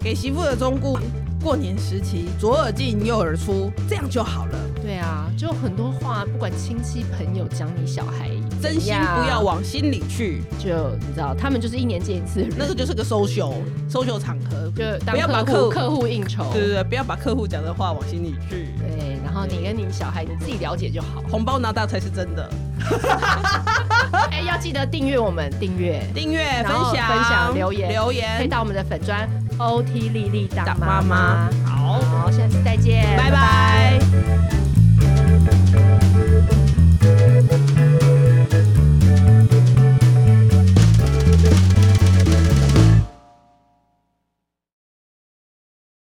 Speaker 2: 给媳妇的忠顾，过年时期左耳进右耳出，这样就好了。
Speaker 1: 对啊，就很多话，不管亲戚朋友讲你小孩怎样，
Speaker 2: 真心不要往心里去，
Speaker 1: 就你知道，他们就是一年见一次的人，
Speaker 2: 那个就是个 social social 场合。
Speaker 1: 就当
Speaker 2: 不要把
Speaker 1: 客户
Speaker 2: 客
Speaker 1: 客户应酬，
Speaker 2: 对对对，不要把客户讲的话往心里去。
Speaker 1: 对，然后你跟你小孩你自己了解就好。
Speaker 2: 红包拿到才是真的，
Speaker 1: 哎，要记得订阅我们，订阅
Speaker 2: 订阅、
Speaker 1: 然
Speaker 2: 分
Speaker 1: 后
Speaker 2: 享、
Speaker 1: 分享留言
Speaker 2: 留
Speaker 1: 可以
Speaker 2: 言。
Speaker 1: 到我们的粉砖 OT 丽丽当
Speaker 2: 当妈
Speaker 1: 妈妈
Speaker 2: 妈。好，
Speaker 1: 好，下次再见，
Speaker 2: 拜拜